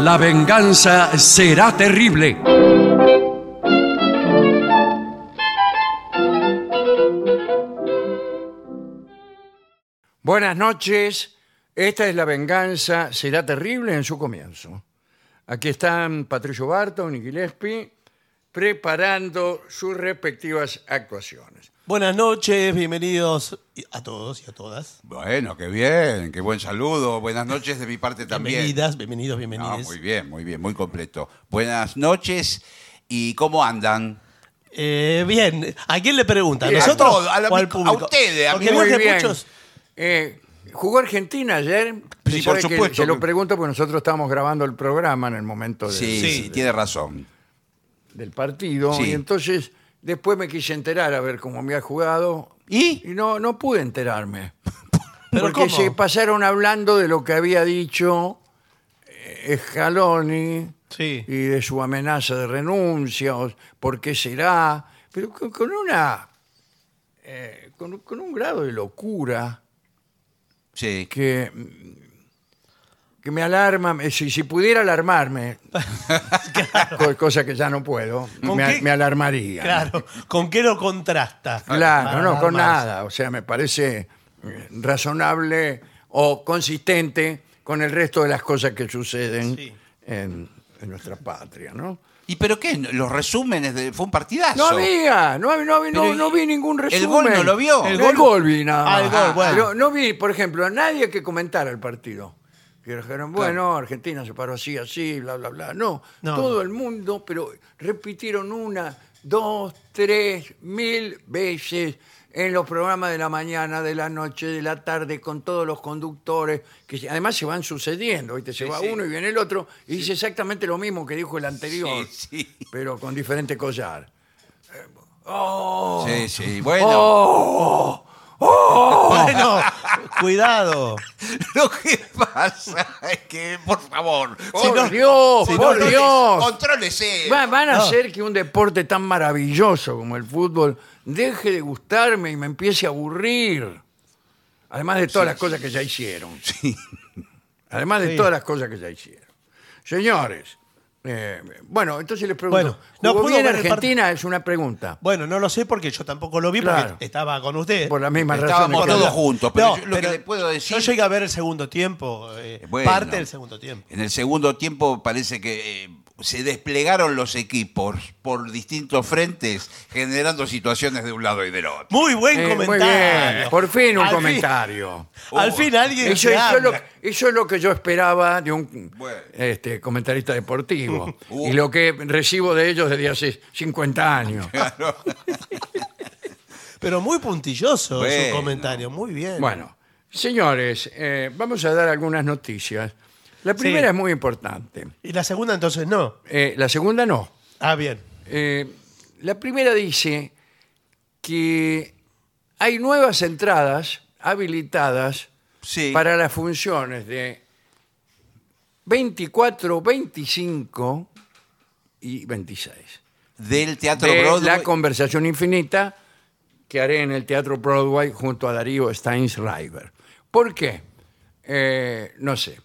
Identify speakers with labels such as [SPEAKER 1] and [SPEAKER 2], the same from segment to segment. [SPEAKER 1] La venganza será terrible. Buenas noches. Esta es La venganza será terrible en su comienzo. Aquí están Patricio Barton y Gillespie preparando sus respectivas actuaciones.
[SPEAKER 2] Buenas noches, bienvenidos a todos y a todas.
[SPEAKER 3] Bueno, qué bien, qué buen saludo. Buenas noches de mi parte también.
[SPEAKER 2] Bienvenidas, bienvenidos,
[SPEAKER 3] No,
[SPEAKER 2] bienvenidas.
[SPEAKER 3] muy bien, muy bien, muy completo. Buenas noches y ¿cómo andan?
[SPEAKER 2] Eh, bien, ¿a quién le pregunta? ¿A
[SPEAKER 3] Eh, a
[SPEAKER 2] nosotros
[SPEAKER 3] todo, a la-
[SPEAKER 2] o al
[SPEAKER 3] a
[SPEAKER 2] público?
[SPEAKER 3] ustedes, a
[SPEAKER 2] Porque
[SPEAKER 3] mí
[SPEAKER 2] veo
[SPEAKER 3] muy
[SPEAKER 2] que
[SPEAKER 3] bien.
[SPEAKER 2] muchos...
[SPEAKER 1] Eh, jugó Argentina ayer.
[SPEAKER 3] Sí,
[SPEAKER 1] Sabe
[SPEAKER 3] por
[SPEAKER 1] que
[SPEAKER 3] supuesto
[SPEAKER 1] Se lo
[SPEAKER 3] que-
[SPEAKER 1] pregunto porque nosotros estábamos grabando el programa en el momento de-
[SPEAKER 3] Sí, sí,
[SPEAKER 2] Sí.
[SPEAKER 3] tiene razón.
[SPEAKER 1] del partido.
[SPEAKER 3] Sí.
[SPEAKER 1] Y entonces después me quise enterar a ver cómo me ha jugado.
[SPEAKER 3] ¿Y?
[SPEAKER 1] Y no, no pude enterarme.
[SPEAKER 2] ¿Pero
[SPEAKER 1] porque
[SPEAKER 2] cómo?
[SPEAKER 1] se pasaron hablando de lo que había dicho eh, Scaloni
[SPEAKER 2] Sí.
[SPEAKER 1] y de su amenaza de renuncia, o por qué será, pero con, con una eh, con, con un grado de locura
[SPEAKER 3] Sí.
[SPEAKER 1] que, mm, que me alarma, me- si, si pudiera alarmarme, co- cosa que ya no puedo,
[SPEAKER 2] ¿Con
[SPEAKER 1] me, a-
[SPEAKER 2] qué?
[SPEAKER 1] me alarmaría.
[SPEAKER 2] Claro, ¿con qué lo contrasta?
[SPEAKER 1] Claro,
[SPEAKER 2] Para
[SPEAKER 1] no, con
[SPEAKER 2] más.
[SPEAKER 1] nada. O sea, me parece eh, razonable o consistente con el resto de las cosas que suceden
[SPEAKER 2] Sí.
[SPEAKER 1] en, en nuestra patria, ¿no?
[SPEAKER 3] ¿Y pero qué? ¿Los resúmenes? De, ¿Fue un partidazo?
[SPEAKER 1] No había, no, hab- no, hab- no-
[SPEAKER 3] Pero,
[SPEAKER 1] no vi ningún
[SPEAKER 3] ¿el
[SPEAKER 1] resumen.
[SPEAKER 3] gol no lo vio?
[SPEAKER 1] El
[SPEAKER 3] El
[SPEAKER 1] gol,
[SPEAKER 2] gol-
[SPEAKER 1] vi nada
[SPEAKER 2] Ah, el
[SPEAKER 1] más.
[SPEAKER 2] gol, bueno.
[SPEAKER 1] Pero no vi, por ejemplo, a nadie que comentara el partido. Que dijeron, bueno, Argentina se paró así, así, bla, bla, bla. No,
[SPEAKER 2] No.
[SPEAKER 1] todo el mundo, pero repitieron una, dos, tres, mil veces en los programas de la mañana, de la noche, de la tarde, con todos los conductores, que se- además se van sucediendo, ¿viste? se
[SPEAKER 3] Sí,
[SPEAKER 1] va
[SPEAKER 3] sí.
[SPEAKER 1] uno y viene el otro, y dice exactamente lo mismo que dijo el anterior
[SPEAKER 3] Sí, sí.
[SPEAKER 1] pero con diferente collar. Eh, ¡Oh!
[SPEAKER 3] Sí, sí. Bueno,
[SPEAKER 1] ¡Oh!
[SPEAKER 2] ¡Oh! Bueno,
[SPEAKER 3] Oh.
[SPEAKER 2] cuidado.
[SPEAKER 3] lo que pasa es que, por favor,
[SPEAKER 1] ¡Por
[SPEAKER 3] si no-
[SPEAKER 1] Dios!
[SPEAKER 2] si no,
[SPEAKER 1] ¡Por
[SPEAKER 2] no-
[SPEAKER 1] Dios!
[SPEAKER 3] contrólese.
[SPEAKER 1] Va- van a
[SPEAKER 2] No.
[SPEAKER 1] hacer que un deporte tan maravilloso como el fútbol deje de gustarme y me empiece a aburrir. Además de todas las cosas que ya hicieron. Además de
[SPEAKER 2] Sí.
[SPEAKER 1] todas las cosas que ya hicieron. Señores, eh, bueno, entonces les pregunto,
[SPEAKER 2] Bueno, no
[SPEAKER 1] ¿jugó
[SPEAKER 2] pudo
[SPEAKER 1] bien
[SPEAKER 2] ver el part-
[SPEAKER 1] Argentina? Es una pregunta.
[SPEAKER 2] Bueno, no lo sé porque yo tampoco lo vi
[SPEAKER 1] Claro.
[SPEAKER 2] porque estaba con usted.
[SPEAKER 1] Por las mismas razones.
[SPEAKER 3] Estábamos
[SPEAKER 1] que
[SPEAKER 3] todos
[SPEAKER 1] la-
[SPEAKER 3] juntos, pero
[SPEAKER 2] No,
[SPEAKER 3] yo- lo que le puedo decir-
[SPEAKER 2] Yo llegué a ver el segundo tiempo, eh,
[SPEAKER 3] Bueno.
[SPEAKER 2] parte del segundo tiempo.
[SPEAKER 3] En el segundo tiempo parece que eh, se desplegaron los equipos por distintos frentes, generando situaciones de un lado y del otro.
[SPEAKER 2] Muy buen
[SPEAKER 1] Eh, muy
[SPEAKER 2] comentario.
[SPEAKER 1] bien, por fin un
[SPEAKER 2] Al
[SPEAKER 1] comentario. Oh.
[SPEAKER 2] al fin alguien
[SPEAKER 1] Eso,
[SPEAKER 2] se
[SPEAKER 1] eso es lo,
[SPEAKER 2] habla.
[SPEAKER 1] eso es lo que yo esperaba de un
[SPEAKER 3] Bueno.
[SPEAKER 1] este, comentarista deportivo.
[SPEAKER 3] Uh.
[SPEAKER 1] y lo que recibo de ellos desde hace 50 años.
[SPEAKER 2] Pero muy puntilloso su
[SPEAKER 3] Bueno.
[SPEAKER 2] comentario, muy bien.
[SPEAKER 1] Bueno, señores, eh, vamos a dar algunas noticias. La primera es muy importante.
[SPEAKER 2] Y la segunda entonces no.
[SPEAKER 1] Eh, la segunda no.
[SPEAKER 2] Ah, bien.
[SPEAKER 1] Eh, la primera dice que hay nuevas entradas habilitadas
[SPEAKER 3] Sí.
[SPEAKER 1] para las funciones de 24, 25 y 26.
[SPEAKER 3] Del Teatro
[SPEAKER 1] de
[SPEAKER 3] Broadway.
[SPEAKER 1] La conversación infinita que haré en el Teatro Broadway junto a Darío Steinsriver. ¿Por qué? Eh, no sé.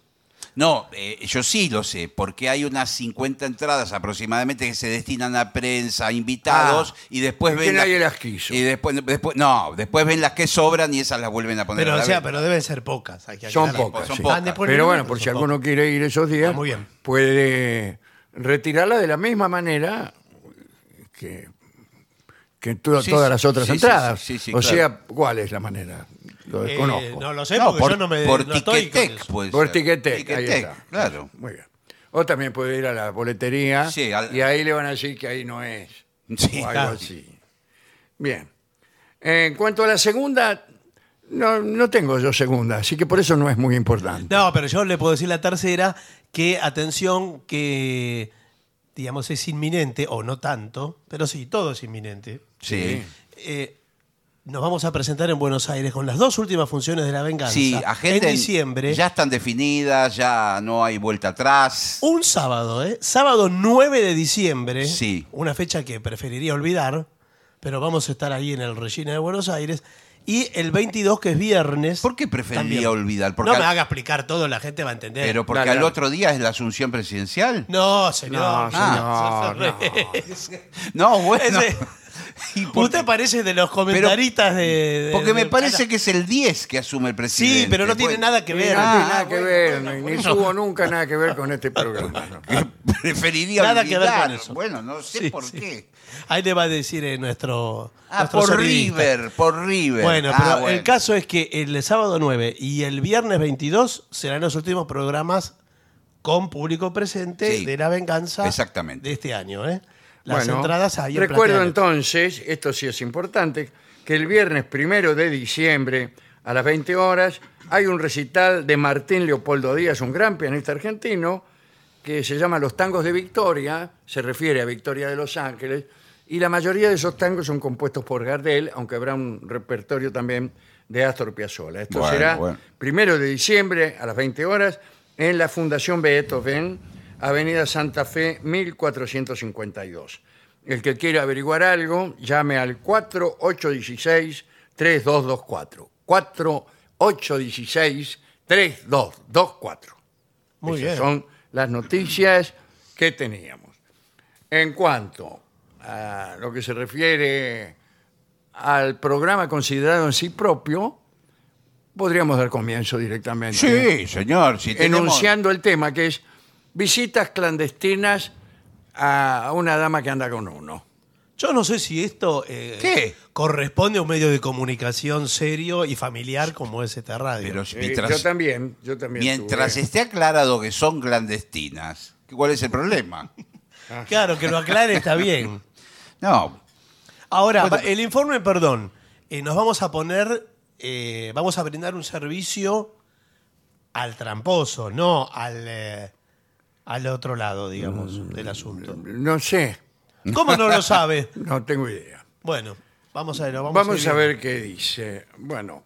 [SPEAKER 3] No, eh, yo sí lo sé, porque hay unas 50 entradas aproximadamente que se destinan a prensa, a invitados,
[SPEAKER 1] Ah,
[SPEAKER 3] y después
[SPEAKER 1] y que
[SPEAKER 3] ven.
[SPEAKER 1] nadie las quiso.
[SPEAKER 3] Y después, después, no, después ven las que sobran y esas las vuelven a poner.
[SPEAKER 2] Pero,
[SPEAKER 3] a
[SPEAKER 2] o
[SPEAKER 3] la
[SPEAKER 2] sea,
[SPEAKER 3] venta.
[SPEAKER 2] pero deben ser pocas. hay que
[SPEAKER 1] Son
[SPEAKER 2] aclarar.
[SPEAKER 1] pocas,
[SPEAKER 3] son
[SPEAKER 1] sí.
[SPEAKER 3] pocas.
[SPEAKER 2] Ah, después
[SPEAKER 1] Pero
[SPEAKER 2] no,
[SPEAKER 1] bueno,
[SPEAKER 2] no
[SPEAKER 1] por si
[SPEAKER 2] son
[SPEAKER 1] alguno quiere ir esos días,
[SPEAKER 2] Ah, muy bien.
[SPEAKER 1] puede retirarla de la misma manera que, que to-
[SPEAKER 3] Sí,
[SPEAKER 1] todas
[SPEAKER 3] sí,
[SPEAKER 1] las otras
[SPEAKER 3] sí, sí,
[SPEAKER 1] entradas.
[SPEAKER 3] sí, sí,
[SPEAKER 1] o
[SPEAKER 3] claro.
[SPEAKER 1] sea, ¿cuál es la manera? Lo
[SPEAKER 2] pocas. Eh,
[SPEAKER 1] desconozco.
[SPEAKER 2] no lo sé
[SPEAKER 3] No,
[SPEAKER 2] porque
[SPEAKER 3] por,
[SPEAKER 2] yo no me
[SPEAKER 3] por
[SPEAKER 2] no estoy con
[SPEAKER 3] Ticketek,
[SPEAKER 2] eso.
[SPEAKER 3] puede
[SPEAKER 1] Por
[SPEAKER 3] ser.
[SPEAKER 1] Ticketek, ahí
[SPEAKER 3] Ticketek,
[SPEAKER 1] está.
[SPEAKER 3] claro.
[SPEAKER 1] Muy bien. O también puede ir a la boletería
[SPEAKER 3] Sí, al-
[SPEAKER 1] y ahí le van a decir que ahí no es.
[SPEAKER 3] Sí,
[SPEAKER 1] o algo
[SPEAKER 2] claro.
[SPEAKER 1] así. Bien. Eh, En cuanto a la segunda, no, no tengo yo segunda, así que por eso no es muy importante.
[SPEAKER 2] No, pero yo le puedo decir la tercera, que atención, que digamos es inminente, o no tanto, pero sí, todo es inminente.
[SPEAKER 3] Sí.
[SPEAKER 2] Eh, nos vamos a presentar en Buenos Aires con las dos últimas funciones de la venganza.
[SPEAKER 3] Sí, agenda
[SPEAKER 2] en diciembre.
[SPEAKER 3] Ya están definidas, ya no hay vuelta atrás.
[SPEAKER 2] Un sábado, ¿eh? Sábado 9 de diciembre.
[SPEAKER 3] Sí.
[SPEAKER 2] Una fecha que preferiría olvidar, pero vamos a estar ahí en el Regina de Buenos Aires. Y el 22, que es viernes.
[SPEAKER 3] ¿Por qué preferiría
[SPEAKER 2] también.
[SPEAKER 3] olvidar? Porque
[SPEAKER 2] no me
[SPEAKER 3] al-
[SPEAKER 2] haga explicar todo, la gente va a entender.
[SPEAKER 3] Pero porque
[SPEAKER 1] Dale,
[SPEAKER 3] al
[SPEAKER 1] dale.
[SPEAKER 3] otro día es la asunción presidencial.
[SPEAKER 2] No, señor.
[SPEAKER 1] No,
[SPEAKER 2] Ah,
[SPEAKER 1] señor,
[SPEAKER 2] señor.
[SPEAKER 3] No, bueno.
[SPEAKER 2] Ese-
[SPEAKER 3] ¿Y por
[SPEAKER 2] Usted
[SPEAKER 3] qué?
[SPEAKER 2] parece de los comentaristas de, de-
[SPEAKER 3] porque me
[SPEAKER 2] del
[SPEAKER 3] parece
[SPEAKER 2] canal.
[SPEAKER 3] que es el 10 que asume el presidente.
[SPEAKER 2] eh, Sí, pero no tiene
[SPEAKER 3] Pues,
[SPEAKER 2] nada que
[SPEAKER 1] Sí,
[SPEAKER 2] ver.
[SPEAKER 1] no tiene
[SPEAKER 3] Ah,
[SPEAKER 1] nada que
[SPEAKER 3] bueno,
[SPEAKER 1] ver,
[SPEAKER 3] bueno,
[SPEAKER 1] ni,
[SPEAKER 3] bueno.
[SPEAKER 1] tuvo nunca nada que ver con este programa. ¿no?
[SPEAKER 3] que preferiría
[SPEAKER 2] Nada que ver
[SPEAKER 3] olvidar.
[SPEAKER 2] con eso.
[SPEAKER 3] Bueno, no sé
[SPEAKER 2] Sí,
[SPEAKER 3] por
[SPEAKER 2] sí.
[SPEAKER 3] qué.
[SPEAKER 2] Ahí le va a decir eh, nuestro.
[SPEAKER 3] Ah,
[SPEAKER 2] nuestro
[SPEAKER 3] por
[SPEAKER 2] sonidista.
[SPEAKER 3] River, por River.
[SPEAKER 2] Bueno,
[SPEAKER 3] Ah,
[SPEAKER 2] pero
[SPEAKER 3] bueno.
[SPEAKER 2] el caso es que el sábado 9 y el viernes 22 serán los últimos programas con público presente
[SPEAKER 3] Sí.
[SPEAKER 2] de La Venganza
[SPEAKER 3] Exactamente.
[SPEAKER 2] de este año. ¿eh? Las
[SPEAKER 1] Bueno,
[SPEAKER 2] entradas ahí en
[SPEAKER 1] Recuerdo
[SPEAKER 2] Platea.
[SPEAKER 1] entonces, esto sí es importante, que el viernes primero de diciembre a las 20 horas hay un recital de Martín Leopoldo Díaz, un gran pianista argentino, que se llama Los Tangos de Victoria, se refiere a Victoria de Los Ángeles, y la mayoría de esos tangos son compuestos por Gardel, aunque habrá un repertorio también de Astor Piazzolla. Esto
[SPEAKER 3] Bueno,
[SPEAKER 1] será
[SPEAKER 3] bueno.
[SPEAKER 1] primero de diciembre a las 20 horas en la Fundación Beethoven, Avenida Santa Fe, 1452. El que quiera averiguar algo, llame al 4816-3224. 4816-3224.
[SPEAKER 2] Muy
[SPEAKER 1] Esas
[SPEAKER 2] bien.
[SPEAKER 1] son las noticias que teníamos. En cuanto a lo que se refiere al programa considerado en sí propio, podríamos dar comienzo directamente ¿eh?
[SPEAKER 3] Sí, señor. Si tenemos-
[SPEAKER 1] enunciando el tema, que es visitas clandestinas a una dama que anda con uno.
[SPEAKER 2] Yo no sé si esto eh,
[SPEAKER 3] ¿Qué?
[SPEAKER 2] corresponde a un medio de comunicación serio y familiar como es esta radio.
[SPEAKER 3] Pero
[SPEAKER 1] Eh,
[SPEAKER 3] mientras,
[SPEAKER 1] yo también, yo también.
[SPEAKER 3] mientras
[SPEAKER 1] tuve.
[SPEAKER 3] esté aclarado que son clandestinas, ¿cuál es el problema?
[SPEAKER 2] Claro, que lo aclare está bien.
[SPEAKER 3] No.
[SPEAKER 2] Ahora,
[SPEAKER 3] Bueno,
[SPEAKER 2] va- el informe, perdón, eh, nos vamos a poner, eh, vamos a brindar un servicio al tramposo, no al, eh, al otro lado, digamos,
[SPEAKER 3] Mm.
[SPEAKER 2] del asunto.
[SPEAKER 1] No sé,
[SPEAKER 2] ¿Cómo no lo sabe?
[SPEAKER 1] no tengo idea.
[SPEAKER 2] Bueno, vamos a ver. Vamos,
[SPEAKER 1] Vamos,
[SPEAKER 2] ir
[SPEAKER 1] a
[SPEAKER 2] viendo.
[SPEAKER 1] ver qué dice. Bueno.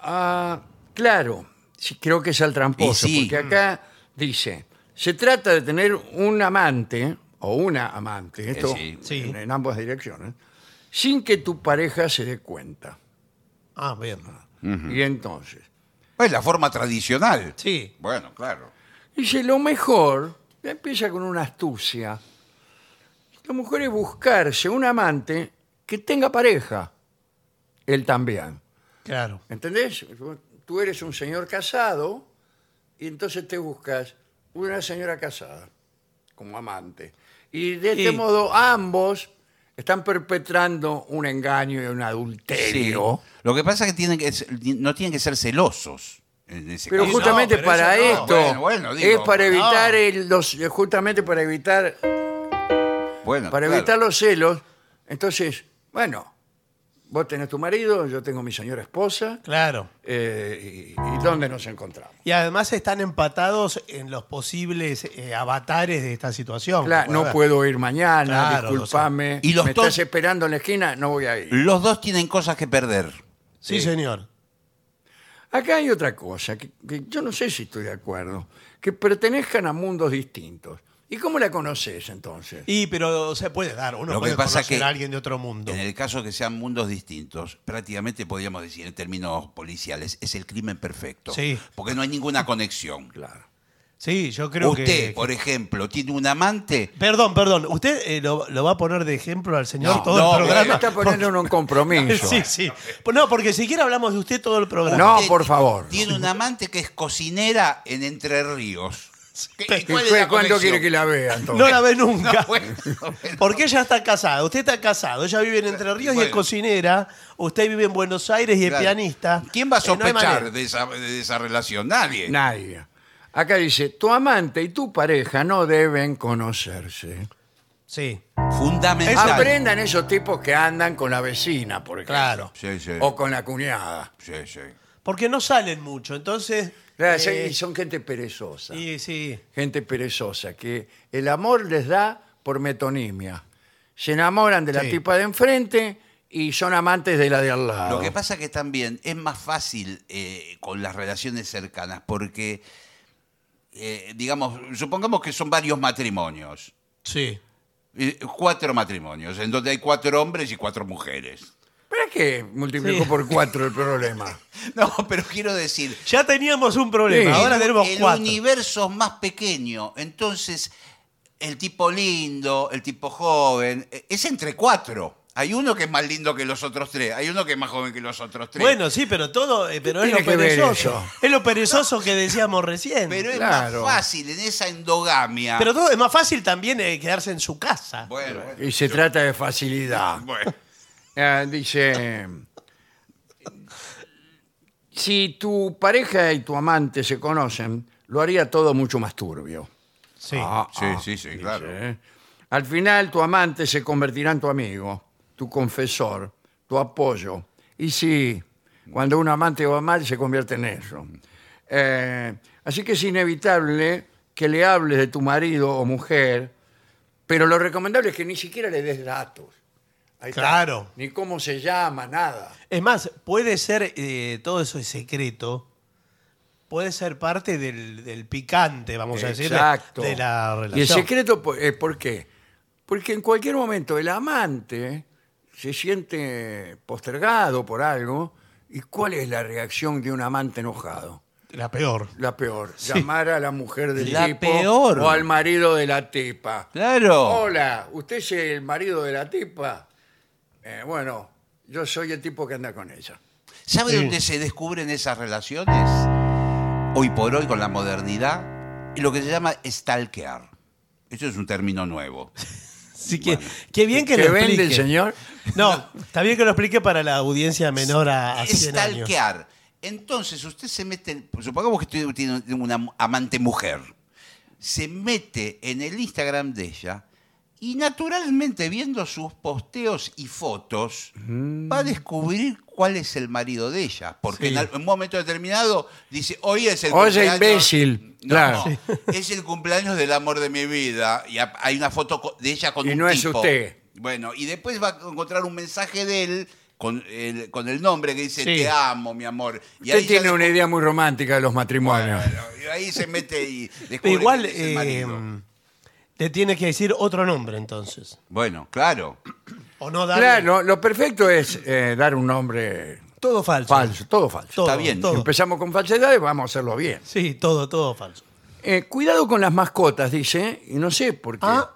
[SPEAKER 1] Ah, claro, sí, creo que es al tramposo,
[SPEAKER 3] Y sí.
[SPEAKER 1] porque acá dice, se trata de tener un amante o una amante, esto
[SPEAKER 3] sí.
[SPEAKER 2] Sí.
[SPEAKER 1] En, en ambas direcciones, sin que tu pareja se dé cuenta.
[SPEAKER 2] Ah, bien.
[SPEAKER 1] Y entonces,
[SPEAKER 3] Es pues la forma tradicional.
[SPEAKER 2] Sí.
[SPEAKER 3] Bueno, claro.
[SPEAKER 1] Dice, lo mejor, ya empieza con una astucia, lo mejor es buscarse un amante que tenga pareja, él también.
[SPEAKER 2] Claro.
[SPEAKER 1] ¿Entendés? Tú eres un señor casado y entonces te buscas una señora casada como amante. Y de este
[SPEAKER 2] Sí.
[SPEAKER 1] modo ambos están perpetrando un engaño y un adulterio.
[SPEAKER 3] Lo que pasa es que tienen que, ser- no tienen que ser celosos. en ese
[SPEAKER 1] Pero
[SPEAKER 3] caso.
[SPEAKER 2] justa-
[SPEAKER 1] justamente
[SPEAKER 2] pero
[SPEAKER 1] para
[SPEAKER 2] eso no.
[SPEAKER 1] esto
[SPEAKER 3] Bueno, bueno, digo,
[SPEAKER 1] es para
[SPEAKER 3] no.
[SPEAKER 1] evitar el- los eh, justamente para evitar
[SPEAKER 3] Bueno,
[SPEAKER 1] para
[SPEAKER 3] claro.
[SPEAKER 1] evitar los celos. Entonces, bueno, vos tenés tu marido, yo tengo mi señora esposa,
[SPEAKER 2] Claro.
[SPEAKER 1] eh, y, y dónde nos encontramos?
[SPEAKER 2] Y además están empatados en los posibles eh, avatares de esta situación.
[SPEAKER 1] Claro, no
[SPEAKER 2] Bueno,
[SPEAKER 1] puedo ir mañana,
[SPEAKER 2] Claro,
[SPEAKER 1] disculpame.
[SPEAKER 3] doctor. Y los
[SPEAKER 1] me estás
[SPEAKER 3] dos-
[SPEAKER 1] esperando en la esquina, no voy a ir.
[SPEAKER 3] Los dos tienen cosas que perder.
[SPEAKER 2] Sí, señor.
[SPEAKER 1] Acá hay otra cosa, que, que yo no sé si estoy de acuerdo, que pertenezcan a mundos distintos. ¿Y cómo la conoces entonces?
[SPEAKER 2] Y pero se puede dar, uno
[SPEAKER 3] Lo que
[SPEAKER 2] puede
[SPEAKER 3] pasa
[SPEAKER 2] conocer
[SPEAKER 3] que-
[SPEAKER 2] a alguien de otro mundo.
[SPEAKER 3] En el caso que sean mundos distintos, prácticamente podríamos decir en términos policiales, es el crimen perfecto.
[SPEAKER 2] Sí.
[SPEAKER 3] Porque no hay ninguna conexión.
[SPEAKER 1] Claro.
[SPEAKER 2] Sí, yo creo
[SPEAKER 3] Usted,
[SPEAKER 2] que- que
[SPEAKER 3] por ejemplo, tiene un amante.
[SPEAKER 2] Perdón, perdón. ¿Usted eh, lo, lo va a poner de ejemplo al señor
[SPEAKER 3] No,
[SPEAKER 2] todo
[SPEAKER 3] no,
[SPEAKER 2] el
[SPEAKER 1] Pero me
[SPEAKER 2] programa?
[SPEAKER 1] está poniendo en un compromiso.
[SPEAKER 2] Sí, sí. No, porque siquiera hablamos de usted todo el programa.
[SPEAKER 1] No,
[SPEAKER 3] Usted
[SPEAKER 1] por favor.
[SPEAKER 3] Tiene un amante que es cocinera en Entre Ríos. ¿Qué-
[SPEAKER 1] ¿Y
[SPEAKER 3] cuál es
[SPEAKER 1] cu- ¿Cuándo
[SPEAKER 3] la conexión?
[SPEAKER 1] quiere que la vea entonces?
[SPEAKER 2] No la ve nunca.
[SPEAKER 3] No, bueno, bueno.
[SPEAKER 2] Porque ella está casada, usted está casado, ella vive en Entre Ríos y es
[SPEAKER 3] Bueno.
[SPEAKER 2] cocinera, usted vive en Buenos Aires y es
[SPEAKER 3] Claro.
[SPEAKER 2] pianista.
[SPEAKER 3] ¿Quién va a
[SPEAKER 2] Eh, no hay
[SPEAKER 3] sospechar
[SPEAKER 2] manera.
[SPEAKER 3] de, esa, de esa relación? Nadie.
[SPEAKER 1] Nadie. Acá dice, tu amante y tu pareja no deben conocerse.
[SPEAKER 2] sí,
[SPEAKER 3] Fundamental.
[SPEAKER 1] Aprendan esos tipos que andan con la vecina, por ejemplo.
[SPEAKER 2] claro.
[SPEAKER 3] Sí, sí.
[SPEAKER 1] O con la cuñada.
[SPEAKER 3] Sí, sí.
[SPEAKER 2] Porque no salen mucho, entonces...
[SPEAKER 1] Claro,
[SPEAKER 2] eh,
[SPEAKER 1] y son gente perezosa.
[SPEAKER 2] y sí,
[SPEAKER 1] Gente perezosa, que el amor les da por metonimia. Se enamoran de la
[SPEAKER 2] Sí.
[SPEAKER 1] tipa de enfrente y son amantes de la de al lado.
[SPEAKER 3] Lo que pasa que también es más fácil eh, con las relaciones cercanas, porque, eh, digamos, supongamos que son varios matrimonios,
[SPEAKER 2] sí.
[SPEAKER 3] eh, cuatro matrimonios, en donde hay cuatro hombres y cuatro mujeres.
[SPEAKER 1] Pero es verdad que multiplicó
[SPEAKER 2] Sí.
[SPEAKER 1] por cuatro el problema.
[SPEAKER 3] No, pero quiero decir,
[SPEAKER 2] Ya teníamos un problema,
[SPEAKER 1] Sí.
[SPEAKER 2] ahora tenemos
[SPEAKER 3] el
[SPEAKER 2] cuatro.
[SPEAKER 3] universo es más pequeño, entonces el tipo lindo, el tipo joven, eh, es entre cuatro. Hay uno que es más lindo que los otros tres, hay uno que es más joven que los otros tres.
[SPEAKER 2] Bueno, sí, pero todo, eh, pero es
[SPEAKER 1] tiene
[SPEAKER 2] lo
[SPEAKER 1] que ver
[SPEAKER 2] perezoso.
[SPEAKER 1] eso?
[SPEAKER 2] Es lo perezoso que decíamos recién.
[SPEAKER 3] pero es
[SPEAKER 1] claro.
[SPEAKER 3] más fácil en esa endogamia.
[SPEAKER 1] Ah.
[SPEAKER 2] Pero todo es más fácil también eh, quedarse en su casa.
[SPEAKER 3] bueno, bueno,
[SPEAKER 1] Y se trata de facilidad.
[SPEAKER 3] bueno.
[SPEAKER 1] Ah, dice, si tu pareja y tu amante se conocen, lo haría todo mucho más turbio.
[SPEAKER 2] Sí.
[SPEAKER 1] Ah,
[SPEAKER 3] Sí,
[SPEAKER 1] ah,
[SPEAKER 3] sí, sí,
[SPEAKER 1] dice,
[SPEAKER 3] claro.
[SPEAKER 1] ¿eh? Al final tu amante se convertirá en tu amigo, tu confesor, tu apoyo. Y sí, cuando un amante va mal se convierte en eso. Eh, así que es inevitable que le hables de tu marido o mujer, pero lo recomendable es que ni siquiera le des datos. Ahí está.
[SPEAKER 2] Claro.
[SPEAKER 1] Ni cómo se llama, nada.
[SPEAKER 2] Es más, puede ser, eh, todo eso es secreto, puede ser parte del, del picante, vamos
[SPEAKER 1] Exacto.
[SPEAKER 2] a decir, de la relación.
[SPEAKER 1] Y el secreto, po- eh, ¿por qué? Porque en cualquier momento el amante se siente postergado por algo. ¿Y cuál es la reacción de un amante enojado?
[SPEAKER 2] La peor.
[SPEAKER 1] La peor, llamar a la mujer del
[SPEAKER 3] La
[SPEAKER 1] tipo
[SPEAKER 3] peor.
[SPEAKER 1] o al marido de la tipa.
[SPEAKER 3] Claro.
[SPEAKER 1] Hola, ¿usted es el marido de la tipa? "Eh, bueno, yo soy el tipo que anda con ella.
[SPEAKER 3] ¿Sabe
[SPEAKER 2] Sí.
[SPEAKER 3] dónde se descubren esas relaciones? Hoy por hoy, con la modernidad, y lo que se llama stalkear. Eso es un término nuevo.
[SPEAKER 2] Así que, qué bien que
[SPEAKER 1] ¿Qué
[SPEAKER 2] lo
[SPEAKER 1] vende el
[SPEAKER 2] explique.
[SPEAKER 1] señor?
[SPEAKER 2] No, está bien que lo explique para la audiencia menor a, a 100 años.
[SPEAKER 3] Stalkear. Entonces, usted se mete, en- pues, supongamos que usted tiene una am- amante mujer, se mete en el Instagram de ella y naturalmente viendo sus posteos y fotos
[SPEAKER 1] Mm.
[SPEAKER 3] va a descubrir cuál es el marido de ella. Porque
[SPEAKER 2] Sí.
[SPEAKER 3] en al- en un momento determinado dice, hoy es el
[SPEAKER 1] Oye,
[SPEAKER 3] cumpleaños...
[SPEAKER 1] imbécil.
[SPEAKER 3] No,
[SPEAKER 1] Claro.
[SPEAKER 3] es el cumpleaños del amor de mi vida y ap- hay una foto co- de ella con
[SPEAKER 1] Y
[SPEAKER 3] un
[SPEAKER 1] no es
[SPEAKER 3] tipo.
[SPEAKER 1] usted.
[SPEAKER 3] Bueno, y después va a encontrar un mensaje de él con el, con el nombre que dice
[SPEAKER 2] Sí.
[SPEAKER 3] te amo, mi amor. Y
[SPEAKER 1] Usted
[SPEAKER 3] ahí
[SPEAKER 1] tiene
[SPEAKER 3] ya-
[SPEAKER 1] una idea muy romántica de los matrimonios.
[SPEAKER 3] Bueno, y ahí se mete y descubre
[SPEAKER 2] Igual
[SPEAKER 3] quién es el
[SPEAKER 2] eh,
[SPEAKER 3] marido.
[SPEAKER 2] le tiene que decir otro nombre entonces.
[SPEAKER 3] Bueno, claro.
[SPEAKER 2] O no darle.
[SPEAKER 1] Claro, lo perfecto es eh, dar un nombre
[SPEAKER 2] Todo falso.
[SPEAKER 1] falso, todo falso.
[SPEAKER 2] Todo,
[SPEAKER 3] Está bien.
[SPEAKER 2] todo.
[SPEAKER 1] Empezamos con falsedades, vamos a hacerlo bien.
[SPEAKER 2] Sí, todo, todo falso.
[SPEAKER 1] Eh, cuidado con las mascotas, dice, y no sé por qué.
[SPEAKER 2] Ah,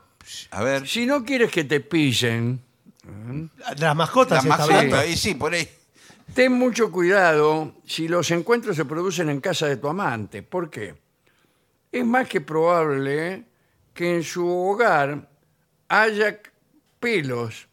[SPEAKER 3] A ver.
[SPEAKER 1] Si no quieres que te pillen,
[SPEAKER 2] las mascotas.
[SPEAKER 3] La
[SPEAKER 2] se está hablando.
[SPEAKER 3] mascota, y sí, por ahí.
[SPEAKER 1] ten mucho cuidado si los encuentros se producen en casa de tu amante. ¿Por qué? Es más que probable que en su hogar haya pelos.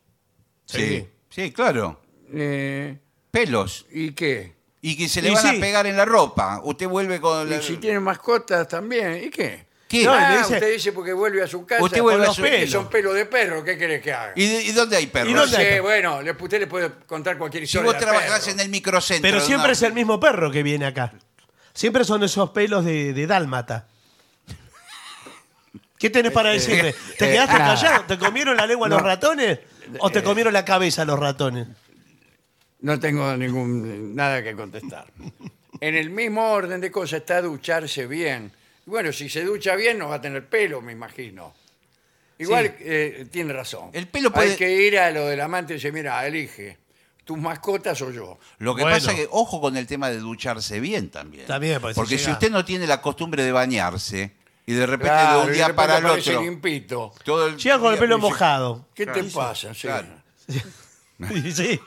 [SPEAKER 3] Sí. sí. claro.
[SPEAKER 1] eh,
[SPEAKER 3] Pelos.
[SPEAKER 1] ¿Y qué?
[SPEAKER 3] Y que se le
[SPEAKER 2] Y
[SPEAKER 3] van
[SPEAKER 2] sí.
[SPEAKER 3] a pegar en la ropa. Usted vuelve con la...
[SPEAKER 1] Y si tienen mascotas también, ¿y qué?
[SPEAKER 3] ¿Qué?
[SPEAKER 2] No,
[SPEAKER 1] Ah,
[SPEAKER 2] le dice-
[SPEAKER 1] usted dice porque vuelve a su casa.
[SPEAKER 3] Usted vuelve
[SPEAKER 1] con
[SPEAKER 3] a
[SPEAKER 1] los
[SPEAKER 3] su-
[SPEAKER 1] pelos. Son pelos de perro, ¿qué querés que haga?
[SPEAKER 3] ¿Y, de- y dónde hay perros?
[SPEAKER 2] ¿Y dónde
[SPEAKER 1] Sí,
[SPEAKER 2] hay perro?
[SPEAKER 1] bueno, le- usted le puede contar cualquier
[SPEAKER 3] Si
[SPEAKER 1] historia.
[SPEAKER 3] vos trabajás en el microcentro.
[SPEAKER 2] Pero
[SPEAKER 3] de
[SPEAKER 2] siempre
[SPEAKER 3] una-
[SPEAKER 2] es el mismo perro que viene acá. Siempre son esos pelos de, de dálmata. ¿Qué tenés para decirme? ¿Te
[SPEAKER 1] eh,
[SPEAKER 2] quedaste
[SPEAKER 1] nada.
[SPEAKER 2] callado? ¿Te comieron la lengua los
[SPEAKER 1] No. Eh,
[SPEAKER 2] ratones? ¿O te comieron la cabeza los ratones?
[SPEAKER 1] No tengo ningún, nada que contestar. en el mismo orden de cosas está ducharse bien. Bueno, si se ducha bien no va a tener pelo, me imagino. Igual eh, tiene razón.
[SPEAKER 3] El pelo puede-
[SPEAKER 1] Hay que ir a lo del amante y decir, mira, elige, tus mascotas o yo.
[SPEAKER 3] Lo que
[SPEAKER 2] Bueno.
[SPEAKER 3] pasa que, ojo con el tema de ducharse bien también.
[SPEAKER 2] También, porque si
[SPEAKER 3] Porque si
[SPEAKER 2] llega-
[SPEAKER 3] usted no tiene la costumbre de bañarse y de repente
[SPEAKER 1] Claro,
[SPEAKER 3] de un
[SPEAKER 1] y
[SPEAKER 3] día
[SPEAKER 1] después
[SPEAKER 3] para el
[SPEAKER 1] aparece
[SPEAKER 3] otro.
[SPEAKER 1] limpito.
[SPEAKER 3] Todo el
[SPEAKER 2] Llega con el
[SPEAKER 3] día
[SPEAKER 2] pelo
[SPEAKER 3] dice,
[SPEAKER 2] mojado.
[SPEAKER 1] ¿Qué
[SPEAKER 3] Claro.
[SPEAKER 1] te pasa? Sí.
[SPEAKER 3] Claro.
[SPEAKER 2] Y sí.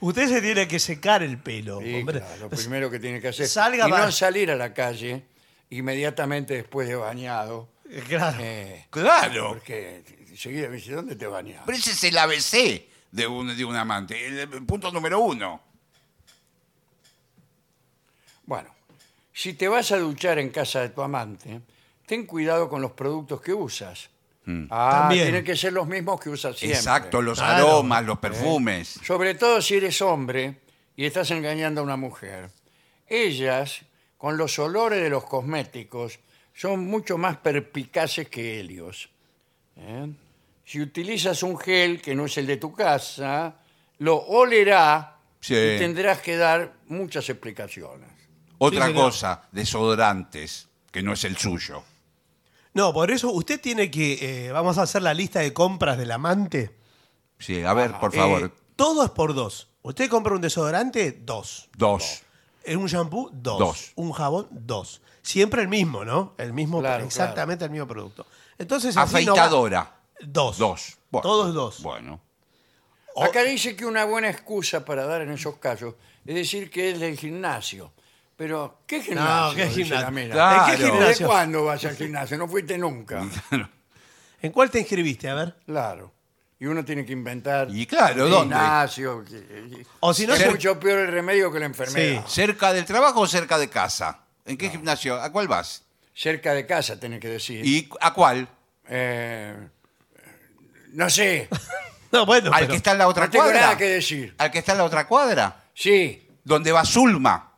[SPEAKER 2] Usted se tiene que secar el pelo,
[SPEAKER 1] Sí,
[SPEAKER 2] hombre.
[SPEAKER 1] claro, lo primero que tiene que hacer.
[SPEAKER 2] Salga,
[SPEAKER 1] y no
[SPEAKER 2] va-
[SPEAKER 1] salir a la calle inmediatamente después de bañado.
[SPEAKER 2] Claro.
[SPEAKER 1] eh,
[SPEAKER 3] Claro.
[SPEAKER 1] porque enseguida me dice, ¿dónde te bañas?
[SPEAKER 3] Pero ese es el ABC de un, de un amante. El, el punto número uno.
[SPEAKER 1] Bueno, si te vas a duchar en casa de tu amante, ten cuidado con los productos que usas. Ah,
[SPEAKER 2] También.
[SPEAKER 1] tienen que ser los mismos que usas siempre.
[SPEAKER 3] Exacto, los
[SPEAKER 2] Claro. Eh.
[SPEAKER 3] aromas, los perfumes.
[SPEAKER 1] Sobre todo si eres hombre y estás engañando a una mujer. Ellas, con los olores de los cosméticos, son mucho más perpicaces que helios. ¿Eh? Si utilizas un gel que no es el de tu casa, lo olerá
[SPEAKER 3] Sí.
[SPEAKER 1] y tendrás que dar muchas explicaciones.
[SPEAKER 3] Otra
[SPEAKER 2] señor.
[SPEAKER 3] cosa, desodorantes, que no es el suyo.
[SPEAKER 2] No, por eso usted tiene que. eh, vamos a hacer la lista de compras del amante.
[SPEAKER 3] Sí, a ver, por
[SPEAKER 1] Eh,
[SPEAKER 3] favor.
[SPEAKER 2] Todo es por dos. Usted compra un desodorante, dos.
[SPEAKER 3] Dos.
[SPEAKER 2] Eh, Un shampoo, dos.
[SPEAKER 3] Dos.
[SPEAKER 2] Un jabón, dos. Siempre el mismo, ¿no? El mismo,
[SPEAKER 1] Claro,
[SPEAKER 2] exactamente el mismo producto. Entonces, así no va-
[SPEAKER 3] Afeitadora.
[SPEAKER 2] dos.
[SPEAKER 3] Dos. Bueno.
[SPEAKER 2] Todos dos.
[SPEAKER 3] Bueno.
[SPEAKER 2] O-
[SPEAKER 1] Acá dice que una buena excusa para dar en esos casos es decir que es del gimnasio. Pero, ¿qué gimnasio?
[SPEAKER 2] No, ¿qué
[SPEAKER 1] Dice la
[SPEAKER 2] gimnasio?
[SPEAKER 1] mina.
[SPEAKER 3] Claro.
[SPEAKER 2] ¿En qué
[SPEAKER 1] ¿Desde
[SPEAKER 2] gimnasio?
[SPEAKER 1] cuándo vas al gimnasio? No fuiste nunca.
[SPEAKER 2] ¿En cuál te inscribiste? A ver.
[SPEAKER 1] Claro. Y uno tiene que inventar.
[SPEAKER 3] Y claro, ¿dónde?
[SPEAKER 1] Gimnasio.
[SPEAKER 2] O si no,
[SPEAKER 1] es
[SPEAKER 2] se-
[SPEAKER 1] mucho peor el remedio que la enfermedad.
[SPEAKER 3] ¿Cerca del trabajo o cerca de casa? ¿En qué gimnasio? ¿A cuál vas?
[SPEAKER 1] Cerca de casa, tenés que decir.
[SPEAKER 3] ¿Y a cuál?
[SPEAKER 1] Eh, no sé.
[SPEAKER 2] No, bueno,
[SPEAKER 3] ¿Al
[SPEAKER 2] pero-
[SPEAKER 3] que está en la otra
[SPEAKER 1] No tengo
[SPEAKER 3] cuadra?
[SPEAKER 1] nada que decir.
[SPEAKER 3] ¿Al que está en la otra cuadra?
[SPEAKER 1] Sí.
[SPEAKER 3] ¿Dónde va Zulma?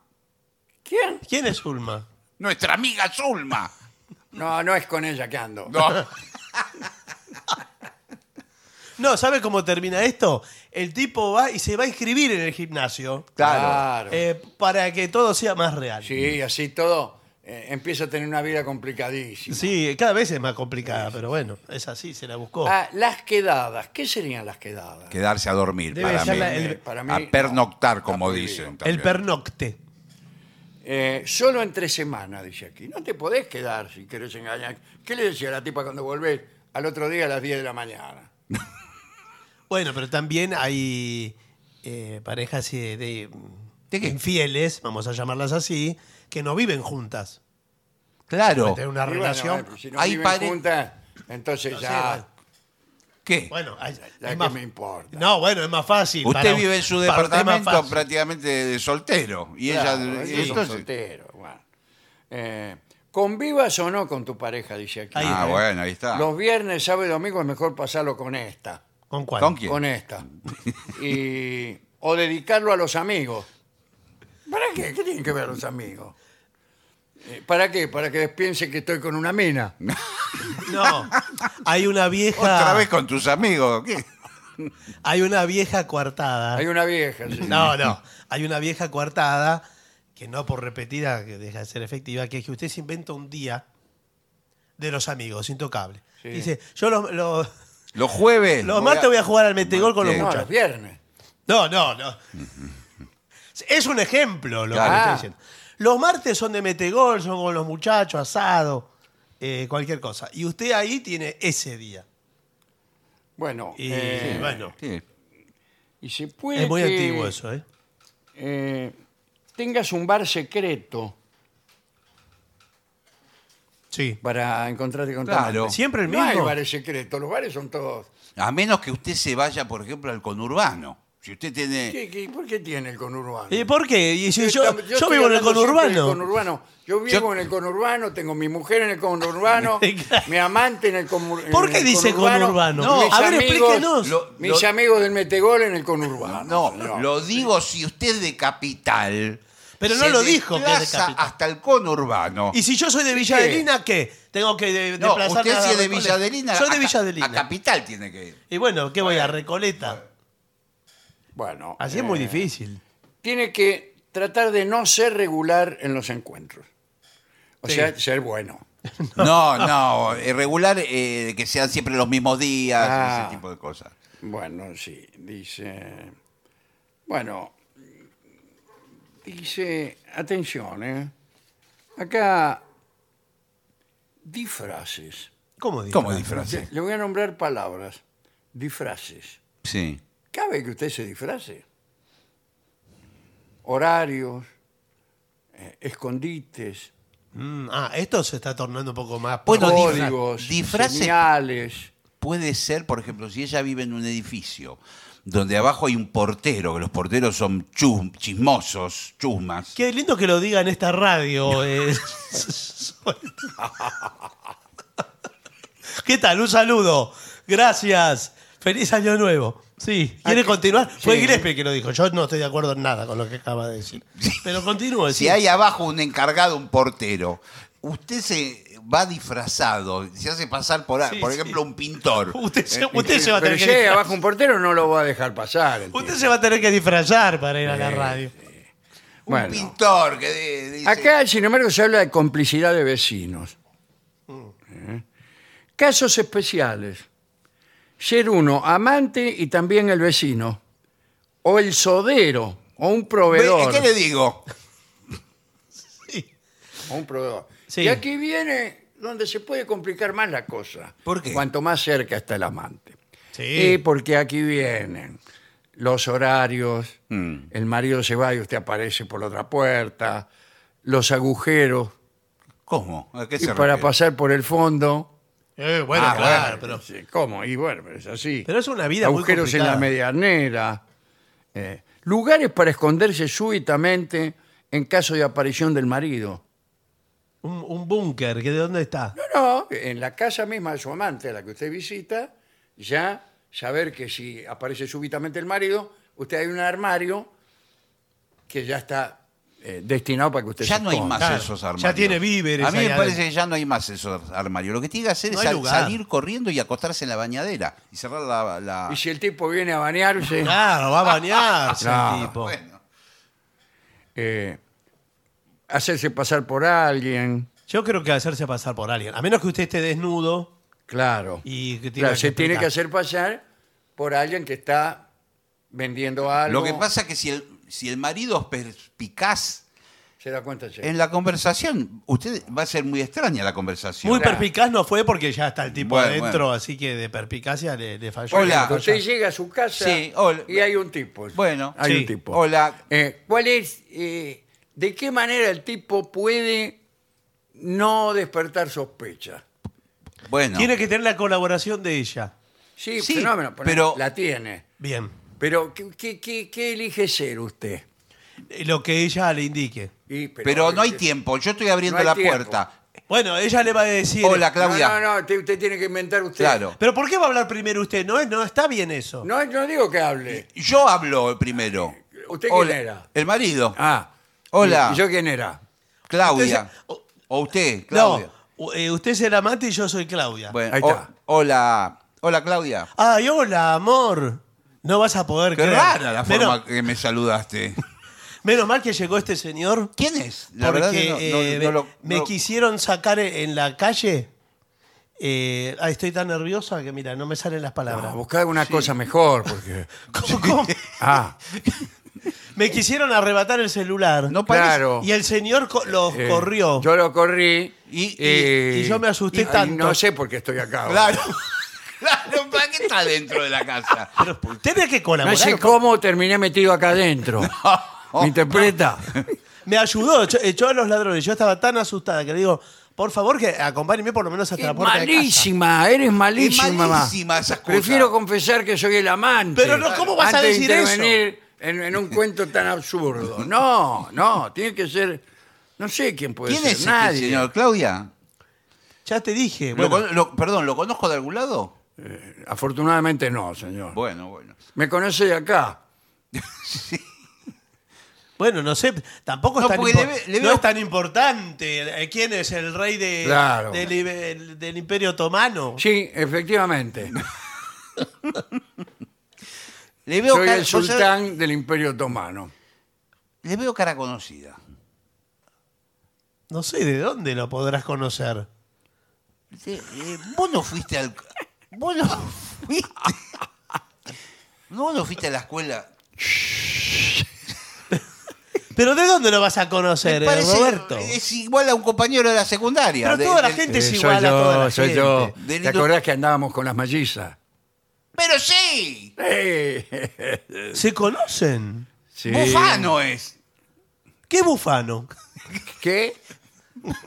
[SPEAKER 1] ¿Quién?
[SPEAKER 2] ¿quién es Ulma?
[SPEAKER 3] Nuestra amiga Zulma.
[SPEAKER 1] No, no es con ella que ando.
[SPEAKER 3] No.
[SPEAKER 2] No, ¿sabe cómo termina esto? El tipo va y se va a inscribir en el gimnasio
[SPEAKER 3] Claro.
[SPEAKER 2] eh, para que todo sea más real.
[SPEAKER 1] Sí, así todo eh, empieza a tener una vida complicadísima.
[SPEAKER 2] Sí, cada vez es más complicada, pero bueno, es así, se la buscó.
[SPEAKER 1] Ah, las quedadas. ¿Qué serían las quedadas?
[SPEAKER 3] Quedarse a dormir
[SPEAKER 2] Debe
[SPEAKER 3] para
[SPEAKER 2] ser
[SPEAKER 3] mí. eh,
[SPEAKER 2] la- el-
[SPEAKER 1] Para mí,
[SPEAKER 3] a
[SPEAKER 1] no.
[SPEAKER 3] pernoctar,
[SPEAKER 1] Está
[SPEAKER 3] como
[SPEAKER 1] prohibido.
[SPEAKER 3] dicen.
[SPEAKER 2] el
[SPEAKER 3] también.
[SPEAKER 2] pernocte.
[SPEAKER 1] Eh, solo entre semanas, dice aquí. No te podés quedar si querés engañar. ¿Qué le decía a la tipa cuando volvés al otro día a las 10 de la mañana?
[SPEAKER 2] Bueno, pero también hay eh, parejas eh, de,
[SPEAKER 3] ¿De qué?
[SPEAKER 2] infieles, vamos a llamarlas así, que no viven juntas.
[SPEAKER 3] Claro.
[SPEAKER 2] Tener una
[SPEAKER 1] Y bueno,
[SPEAKER 2] relación.
[SPEAKER 1] bueno, si no
[SPEAKER 3] Hay
[SPEAKER 1] viven
[SPEAKER 3] pare-
[SPEAKER 1] juntas, entonces
[SPEAKER 2] No sé,
[SPEAKER 1] ya,
[SPEAKER 3] ¿Qué?
[SPEAKER 2] Bueno, hay-
[SPEAKER 1] ya
[SPEAKER 2] es
[SPEAKER 1] que
[SPEAKER 2] más-
[SPEAKER 1] me importa.
[SPEAKER 2] No, bueno, es más fácil.
[SPEAKER 3] Usted
[SPEAKER 2] para-
[SPEAKER 3] vive en su
[SPEAKER 2] para usted es más
[SPEAKER 3] departamento
[SPEAKER 2] fácil.
[SPEAKER 3] prácticamente de soltero. Y
[SPEAKER 1] Claro,
[SPEAKER 3] ella.
[SPEAKER 1] ellos son
[SPEAKER 3] entonces-
[SPEAKER 1] solteros, bueno. Eh, convivas o no con tu pareja, dice aquí.
[SPEAKER 2] Ahí
[SPEAKER 3] ah,
[SPEAKER 2] está.
[SPEAKER 3] bueno, ahí está.
[SPEAKER 1] Los viernes, sábado y domingo es mejor pasarlo con esta.
[SPEAKER 2] ¿Con cuál?
[SPEAKER 3] ¿Con quién?
[SPEAKER 1] Con esta. Y, o dedicarlo a los amigos. ¿Para qué? ¿Qué tienen que ver los amigos? Eh, ¿Para qué? Para que piensen que estoy con una mina.
[SPEAKER 2] No, hay una vieja.
[SPEAKER 3] Otra vez con tus amigos. ¿Qué?
[SPEAKER 2] Hay una vieja coartada.
[SPEAKER 1] Hay una vieja. sí.
[SPEAKER 2] No, no. Hay una vieja coartada que no por repetida que deja de ser efectiva, que es que usted se inventa un día de los amigos, intocable.
[SPEAKER 1] Sí.
[SPEAKER 2] Dice, yo los, los,
[SPEAKER 3] Los jueves.
[SPEAKER 2] los martes voy a jugar al metegol con los
[SPEAKER 3] Sí.
[SPEAKER 1] No, los
[SPEAKER 2] muchachos.
[SPEAKER 1] viernes.
[SPEAKER 2] No, no, no. Es un ejemplo lo que
[SPEAKER 1] Claro.
[SPEAKER 2] estoy diciendo. Los martes son de metegol, son con los muchachos, asado, eh, cualquier cosa. Y usted ahí tiene ese día.
[SPEAKER 1] Bueno,
[SPEAKER 2] Y
[SPEAKER 1] eh,
[SPEAKER 2] bueno,
[SPEAKER 3] Sí.
[SPEAKER 1] y se puede
[SPEAKER 2] es muy
[SPEAKER 1] que,
[SPEAKER 2] antiguo eso, ¿eh?
[SPEAKER 1] eh, tengas un bar secreto
[SPEAKER 2] Sí.
[SPEAKER 1] para encontrarte con tu
[SPEAKER 3] Claro.
[SPEAKER 1] amante.
[SPEAKER 2] Siempre el
[SPEAKER 1] No hay
[SPEAKER 2] mismo.
[SPEAKER 1] bares secretos, los bares son todos.
[SPEAKER 3] A menos que usted se vaya, por ejemplo, al conurbano. Si usted tiene.
[SPEAKER 1] ¿Qué, qué- por qué tiene el conurbano?
[SPEAKER 2] Eh. ¿Y por qué? Y si yo,
[SPEAKER 1] Estamos-
[SPEAKER 2] yo
[SPEAKER 1] estoy
[SPEAKER 2] vivo en el
[SPEAKER 1] hablando siempre del
[SPEAKER 2] conurbano.
[SPEAKER 1] conurbano. Yo vivo
[SPEAKER 3] Yo-
[SPEAKER 1] en el conurbano, tengo mi mujer en el conurbano,
[SPEAKER 2] Claro.
[SPEAKER 1] mi amante en el conurbano.
[SPEAKER 2] ¿Por qué dice conurbano?
[SPEAKER 1] No, a ver, explíquenos.
[SPEAKER 3] Lo-
[SPEAKER 1] mis
[SPEAKER 3] lo-
[SPEAKER 1] amigos del Metegol en el conurbano.
[SPEAKER 3] No,
[SPEAKER 1] señor.
[SPEAKER 3] lo digo si usted es de capital.
[SPEAKER 2] Pero
[SPEAKER 3] se
[SPEAKER 2] no lo dijo que es de
[SPEAKER 3] desplaza
[SPEAKER 2] capital.
[SPEAKER 3] Hasta el conurbano.
[SPEAKER 2] Y si yo soy de Villa
[SPEAKER 1] ¿Qué?
[SPEAKER 2] Adelina, ¿qué? Tengo que de-
[SPEAKER 3] no,
[SPEAKER 2] desplazarme
[SPEAKER 3] usted
[SPEAKER 2] a
[SPEAKER 3] si es de
[SPEAKER 2] Recoleta.
[SPEAKER 3] Villa Adelina.
[SPEAKER 2] Soy de
[SPEAKER 3] a-
[SPEAKER 2] Villa
[SPEAKER 3] A
[SPEAKER 2] Adelina.
[SPEAKER 3] capital tiene que ir.
[SPEAKER 2] Y bueno, ¿qué voy a Recoleta?
[SPEAKER 1] Bueno,
[SPEAKER 2] Así es muy
[SPEAKER 1] eh,
[SPEAKER 2] difícil.
[SPEAKER 1] Tiene que tratar de no ser regular en los encuentros. O
[SPEAKER 2] Sí.
[SPEAKER 1] sea, ser bueno.
[SPEAKER 3] No, no, eh, regular eh, que sean siempre los mismos días,
[SPEAKER 1] Ah.
[SPEAKER 3] ese tipo de cosas.
[SPEAKER 1] Bueno, sí, dice. Bueno, dice. Atención, ¿eh? Acá. Disfraces.
[SPEAKER 2] ¿Cómo digo?
[SPEAKER 3] ¿Cómo disfraces?
[SPEAKER 1] Le voy a nombrar palabras. Disfraces.
[SPEAKER 3] Sí.
[SPEAKER 1] ¿Cabe que usted se disfrace? Horarios, eh, escondites,
[SPEAKER 2] Mm, ah, esto se está tornando un poco más.
[SPEAKER 3] Bueno,
[SPEAKER 2] profundo.
[SPEAKER 3] disfra-
[SPEAKER 1] códigos,
[SPEAKER 3] disfraces-
[SPEAKER 1] señales.
[SPEAKER 3] Puede ser, por ejemplo, si ella vive en un edificio donde abajo hay un portero, que los porteros son chus- chismosos, chusmas.
[SPEAKER 2] Qué lindo que lo diga en esta radio. eh. ¿Qué tal? Un saludo. Gracias. Feliz año nuevo. Sí, ¿quiere
[SPEAKER 1] Aquí-
[SPEAKER 2] continuar? Fue
[SPEAKER 1] sí.
[SPEAKER 2] Gillespie que lo dijo. Yo no estoy de acuerdo en nada con lo que acaba de decir. Pero continúe.
[SPEAKER 3] Si
[SPEAKER 2] sí.
[SPEAKER 3] hay abajo un encargado, un portero, usted se va disfrazado, se hace pasar por, a-
[SPEAKER 2] Sí,
[SPEAKER 3] por
[SPEAKER 2] sí.
[SPEAKER 3] ejemplo, un pintor.
[SPEAKER 2] Usted se, usted se va a
[SPEAKER 1] Pero
[SPEAKER 2] tener que
[SPEAKER 1] llega
[SPEAKER 2] disfrazar.
[SPEAKER 1] abajo un portero, no lo va a dejar pasar. el
[SPEAKER 2] Usted
[SPEAKER 1] tipo.
[SPEAKER 2] se va a tener que disfrazar para ir a la radio.
[SPEAKER 1] Bueno.
[SPEAKER 3] Un pintor que de- dice,
[SPEAKER 1] Acá, sin embargo, se habla de complicidad de vecinos.
[SPEAKER 3] Mm.
[SPEAKER 1] ¿Eh? Casos especiales. Ser uno amante y también el vecino. o el sodero, o un proveedor.
[SPEAKER 3] ¿Qué le digo?
[SPEAKER 1] o un proveedor.
[SPEAKER 2] Sí.
[SPEAKER 1] Y aquí viene donde se puede complicar más la cosa.
[SPEAKER 3] ¿Por qué?
[SPEAKER 1] Cuanto más cerca está el amante.
[SPEAKER 2] Sí.
[SPEAKER 1] Y porque aquí vienen los horarios,
[SPEAKER 3] Mm.
[SPEAKER 1] el marido se va y usted aparece por la otra puerta, los agujeros,
[SPEAKER 3] ¿Cómo? ¿A qué
[SPEAKER 1] y
[SPEAKER 3] se
[SPEAKER 1] para
[SPEAKER 3] refiere?
[SPEAKER 1] pasar por el fondo.
[SPEAKER 2] Eh, bueno,
[SPEAKER 3] Ah,
[SPEAKER 2] claro,
[SPEAKER 3] bueno.
[SPEAKER 2] pero.
[SPEAKER 1] Sí, ¿Cómo? Y bueno, pero es así.
[SPEAKER 2] Pero es una vida muy
[SPEAKER 1] Agujeros en la
[SPEAKER 2] complicada.
[SPEAKER 1] medianera. eh, lugares para esconderse súbitamente en caso de aparición del marido.
[SPEAKER 2] Un, un búnker, ¿que ¿de dónde está?
[SPEAKER 1] No, no, en la casa misma de su amante, la que usted visita, ya saber que si aparece súbitamente el marido, usted hay un armario que ya está eh, destinado para que usted
[SPEAKER 3] Ya
[SPEAKER 1] se
[SPEAKER 3] no hay
[SPEAKER 1] esconda.
[SPEAKER 3] más
[SPEAKER 2] Claro,
[SPEAKER 3] esos
[SPEAKER 2] ya
[SPEAKER 3] armarios.
[SPEAKER 2] tiene víveres
[SPEAKER 3] A mí
[SPEAKER 2] ahí
[SPEAKER 3] me parece
[SPEAKER 2] adentro.
[SPEAKER 3] que ya no hay más esos armarios. Lo que tiene que hacer
[SPEAKER 2] No
[SPEAKER 3] es
[SPEAKER 2] hay
[SPEAKER 3] sal-
[SPEAKER 2] lugar.
[SPEAKER 3] salir corriendo y acostarse en la bañadera y cerrar la. la-
[SPEAKER 1] Y si el tipo viene a bañarse,
[SPEAKER 2] Claro, va a bañarse
[SPEAKER 1] Claro.
[SPEAKER 2] el tipo.
[SPEAKER 3] Bueno,
[SPEAKER 1] eh, hacerse pasar por alguien,
[SPEAKER 2] Yo creo que hacerse pasar por alguien. A menos que usted esté desnudo
[SPEAKER 1] claro.
[SPEAKER 2] y que tenga
[SPEAKER 1] Claro, se tiene que
[SPEAKER 2] explicar.
[SPEAKER 1] hacer pasar por alguien que está vendiendo algo.
[SPEAKER 3] lo que pasa es que si el, si el marido es perspicaz
[SPEAKER 1] Se da cuenta. sí.
[SPEAKER 3] en la conversación, usted va a ser muy extraña la conversación.
[SPEAKER 2] Muy
[SPEAKER 1] Claro.
[SPEAKER 2] perpicaz no fue porque ya está el tipo
[SPEAKER 3] Bueno,
[SPEAKER 2] adentro,
[SPEAKER 3] bueno.
[SPEAKER 2] así que de perpicacia le, le falló.
[SPEAKER 3] Hola.
[SPEAKER 2] Le
[SPEAKER 1] Usted
[SPEAKER 2] falló.
[SPEAKER 1] llega a su casa
[SPEAKER 3] Sí, hola.
[SPEAKER 1] y hay un tipo.
[SPEAKER 3] Bueno,
[SPEAKER 1] hay
[SPEAKER 2] sí.
[SPEAKER 1] un tipo.
[SPEAKER 3] Hola.
[SPEAKER 1] Eh, ¿Cuál es, eh, de qué manera el tipo puede no despertar sospecha?
[SPEAKER 3] Bueno,
[SPEAKER 2] Tiene que tener la colaboración de ella.
[SPEAKER 1] Sí,
[SPEAKER 3] Sí,
[SPEAKER 1] fenómeno, pero
[SPEAKER 3] pero-
[SPEAKER 1] la tiene.
[SPEAKER 2] Bien.
[SPEAKER 1] Pero, ¿qué, qué, qué- qué elige ser usted?
[SPEAKER 2] Eh, Lo que ella le indique.
[SPEAKER 1] Y,
[SPEAKER 3] pero no hay tiempo. Yo estoy abriendo
[SPEAKER 1] No hay
[SPEAKER 3] la
[SPEAKER 1] tiempo.
[SPEAKER 3] puerta.
[SPEAKER 2] Bueno, ella le va a decir.
[SPEAKER 3] Hola, Claudia.
[SPEAKER 1] No, no, no, te- usted tiene que inventar usted.
[SPEAKER 3] Claro.
[SPEAKER 2] Pero ¿por qué va a hablar primero usted? No, es- no está bien eso.
[SPEAKER 1] No, no digo que hable.
[SPEAKER 3] Yo hablo primero.
[SPEAKER 1] ¿Usted quién
[SPEAKER 3] Hola.
[SPEAKER 1] era?
[SPEAKER 3] El marido.
[SPEAKER 1] Ah.
[SPEAKER 3] Hola.
[SPEAKER 1] ¿Y yo quién era?
[SPEAKER 3] Claudia.
[SPEAKER 2] Usted se- o-
[SPEAKER 3] O usted,
[SPEAKER 2] No,
[SPEAKER 3] Claudia.
[SPEAKER 2] u- eh, usted es el amante y yo soy Claudia.
[SPEAKER 3] Bueno,
[SPEAKER 1] Ahí
[SPEAKER 3] o-
[SPEAKER 1] está.
[SPEAKER 3] hola. Hola, Claudia.
[SPEAKER 2] Ay, hola, amor. No vas a poder
[SPEAKER 3] Qué
[SPEAKER 2] creer.
[SPEAKER 3] rara la forma
[SPEAKER 2] Menos,
[SPEAKER 3] que me saludaste.
[SPEAKER 2] menos mal que llegó este señor.
[SPEAKER 3] ¿Quién es? La
[SPEAKER 2] porque
[SPEAKER 3] verdad que no, no-
[SPEAKER 2] eh,
[SPEAKER 3] no
[SPEAKER 2] me-
[SPEAKER 3] lo-
[SPEAKER 2] me
[SPEAKER 3] no-
[SPEAKER 2] quisieron sacar e- en la calle. Eh, ay, estoy tan nerviosa que, mira, no me salen las palabras.
[SPEAKER 1] No, buscar alguna cosa mejor, porque.
[SPEAKER 2] Ah, ¿Cómo, cómo?
[SPEAKER 1] Ah,
[SPEAKER 2] Me quisieron arrebatar el celular.
[SPEAKER 3] no parece-
[SPEAKER 1] claro.
[SPEAKER 2] Y el señor co- los
[SPEAKER 1] Eh,
[SPEAKER 2] corrió.
[SPEAKER 1] Yo lo corrí.
[SPEAKER 3] Y- y-
[SPEAKER 1] eh,
[SPEAKER 2] y yo me asusté
[SPEAKER 1] y- y
[SPEAKER 2] tanto.
[SPEAKER 1] No sé por qué estoy acá. ahora.
[SPEAKER 3] Claro. Claro, ¿para qué está dentro de la casa?
[SPEAKER 2] Pero tiene que colaborar.
[SPEAKER 1] No sé cómo terminé metido acá adentro. ¿Me interpreta?
[SPEAKER 2] Me ayudó, echó, echó a los ladrones. Yo estaba tan asustada que le digo, por favor, que acompáñeme por lo menos hasta
[SPEAKER 1] Qué
[SPEAKER 2] la puerta de casa.
[SPEAKER 1] malísima, eres malísima,
[SPEAKER 3] Es
[SPEAKER 1] mamá.
[SPEAKER 3] malísima esas cosas.
[SPEAKER 1] Prefiero confesar que soy el amante.
[SPEAKER 2] Pero no, ¿cómo vas a
[SPEAKER 1] antes de
[SPEAKER 2] decir eso?
[SPEAKER 1] intervenir En, en un cuento tan absurdo. No, no, tiene que ser. No sé quién puede
[SPEAKER 3] ¿Quién
[SPEAKER 1] ser.
[SPEAKER 3] es este
[SPEAKER 1] nadie.
[SPEAKER 3] señor? ¿Claudia?
[SPEAKER 2] Ya te dije.
[SPEAKER 3] Lo
[SPEAKER 2] Bueno,
[SPEAKER 3] con- lo- perdón, ¿lo conozco de algún lado?
[SPEAKER 1] Afortunadamente no, señor.
[SPEAKER 3] Bueno, bueno.
[SPEAKER 1] Me conoce de acá.
[SPEAKER 2] bueno, no sé, tampoco
[SPEAKER 3] No,
[SPEAKER 2] es, tan
[SPEAKER 3] porque
[SPEAKER 2] impor-
[SPEAKER 3] le ve- le
[SPEAKER 2] no
[SPEAKER 3] veo-
[SPEAKER 2] es tan importante eh, quién es el rey de,
[SPEAKER 1] Claro.
[SPEAKER 2] del, Ibe- del Imperio Otomano.
[SPEAKER 1] Sí, efectivamente.
[SPEAKER 3] Le veo,
[SPEAKER 1] Soy
[SPEAKER 3] cara,
[SPEAKER 1] el
[SPEAKER 3] vos sabés-
[SPEAKER 1] sultán del Imperio Otomano.
[SPEAKER 3] le veo cara conocida.
[SPEAKER 2] No sé de dónde lo podrás conocer.
[SPEAKER 3] Eh, eh, vos no fuiste al. Vos no fuiste. No, vos no fuiste a la escuela.
[SPEAKER 2] Pero ¿de dónde lo vas a
[SPEAKER 3] Me
[SPEAKER 2] conocer, eh,
[SPEAKER 3] parece-
[SPEAKER 2] Roberto?
[SPEAKER 3] Es igual a un compañero de la secundaria.
[SPEAKER 2] Pero
[SPEAKER 3] de-
[SPEAKER 2] toda la
[SPEAKER 3] de-
[SPEAKER 2] gente es
[SPEAKER 1] Eh,
[SPEAKER 2] igual
[SPEAKER 1] soy
[SPEAKER 2] a toda
[SPEAKER 1] yo,
[SPEAKER 2] la
[SPEAKER 1] soy
[SPEAKER 2] gente.
[SPEAKER 1] yo.
[SPEAKER 3] Del
[SPEAKER 1] ¿Te
[SPEAKER 3] indu-
[SPEAKER 1] acordás que andábamos con las mellizas?
[SPEAKER 3] Pero sí.
[SPEAKER 1] Sí.
[SPEAKER 2] ¿Se conocen?
[SPEAKER 1] Sí.
[SPEAKER 3] Bufano es.
[SPEAKER 2] ¿Qué bufano?
[SPEAKER 1] ¿Qué?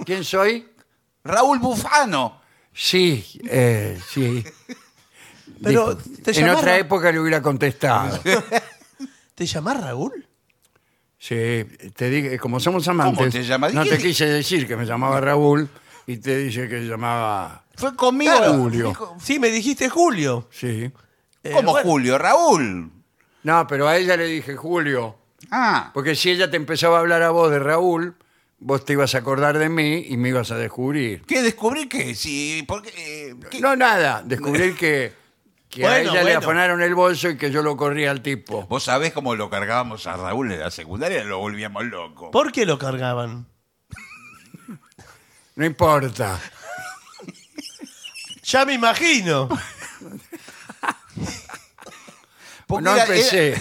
[SPEAKER 1] ¿Quién soy?
[SPEAKER 3] Raúl Bufano.
[SPEAKER 1] Sí, eh, sí.
[SPEAKER 2] Pero,
[SPEAKER 1] Dijo.
[SPEAKER 2] ¿te
[SPEAKER 1] en
[SPEAKER 2] llamás
[SPEAKER 1] otra
[SPEAKER 2] Ra-
[SPEAKER 1] época le hubiera contestado.
[SPEAKER 2] ¿Te llamás Raúl?
[SPEAKER 1] Sí, te dije, como somos amantes,
[SPEAKER 3] ¿Cómo te llamas?
[SPEAKER 1] no te
[SPEAKER 3] ¿Quién-
[SPEAKER 1] quise decir que me llamaba Raúl y te dije que se llamaba
[SPEAKER 3] Fue conmigo.
[SPEAKER 1] Julio.
[SPEAKER 3] Dijo-
[SPEAKER 2] Sí, me dijiste Julio.
[SPEAKER 1] Sí.
[SPEAKER 2] Eh,
[SPEAKER 3] ¿Cómo
[SPEAKER 2] bueno,
[SPEAKER 3] Julio? Raúl.
[SPEAKER 1] No, pero a ella le dije Julio.
[SPEAKER 3] Ah.
[SPEAKER 1] Porque si ella te empezaba a hablar a vos de Raúl, vos te ibas a acordar de mí y me ibas a descubrir.
[SPEAKER 3] ¿Qué descubrí que sí? ¿Por qué? Eh, ¿qué?
[SPEAKER 1] No, nada, descubrir que, que a
[SPEAKER 2] Bueno,
[SPEAKER 1] ella le
[SPEAKER 2] bueno.
[SPEAKER 1] afanaron el bolso y que yo lo corría al tipo.
[SPEAKER 3] Vos sabés cómo lo cargábamos a Raúl en la secundaria, lo volvíamos loco.
[SPEAKER 2] ¿Por qué lo cargaban?
[SPEAKER 1] No importa.
[SPEAKER 2] Ya me imagino.
[SPEAKER 3] Porque
[SPEAKER 1] no
[SPEAKER 3] era-
[SPEAKER 1] empecé.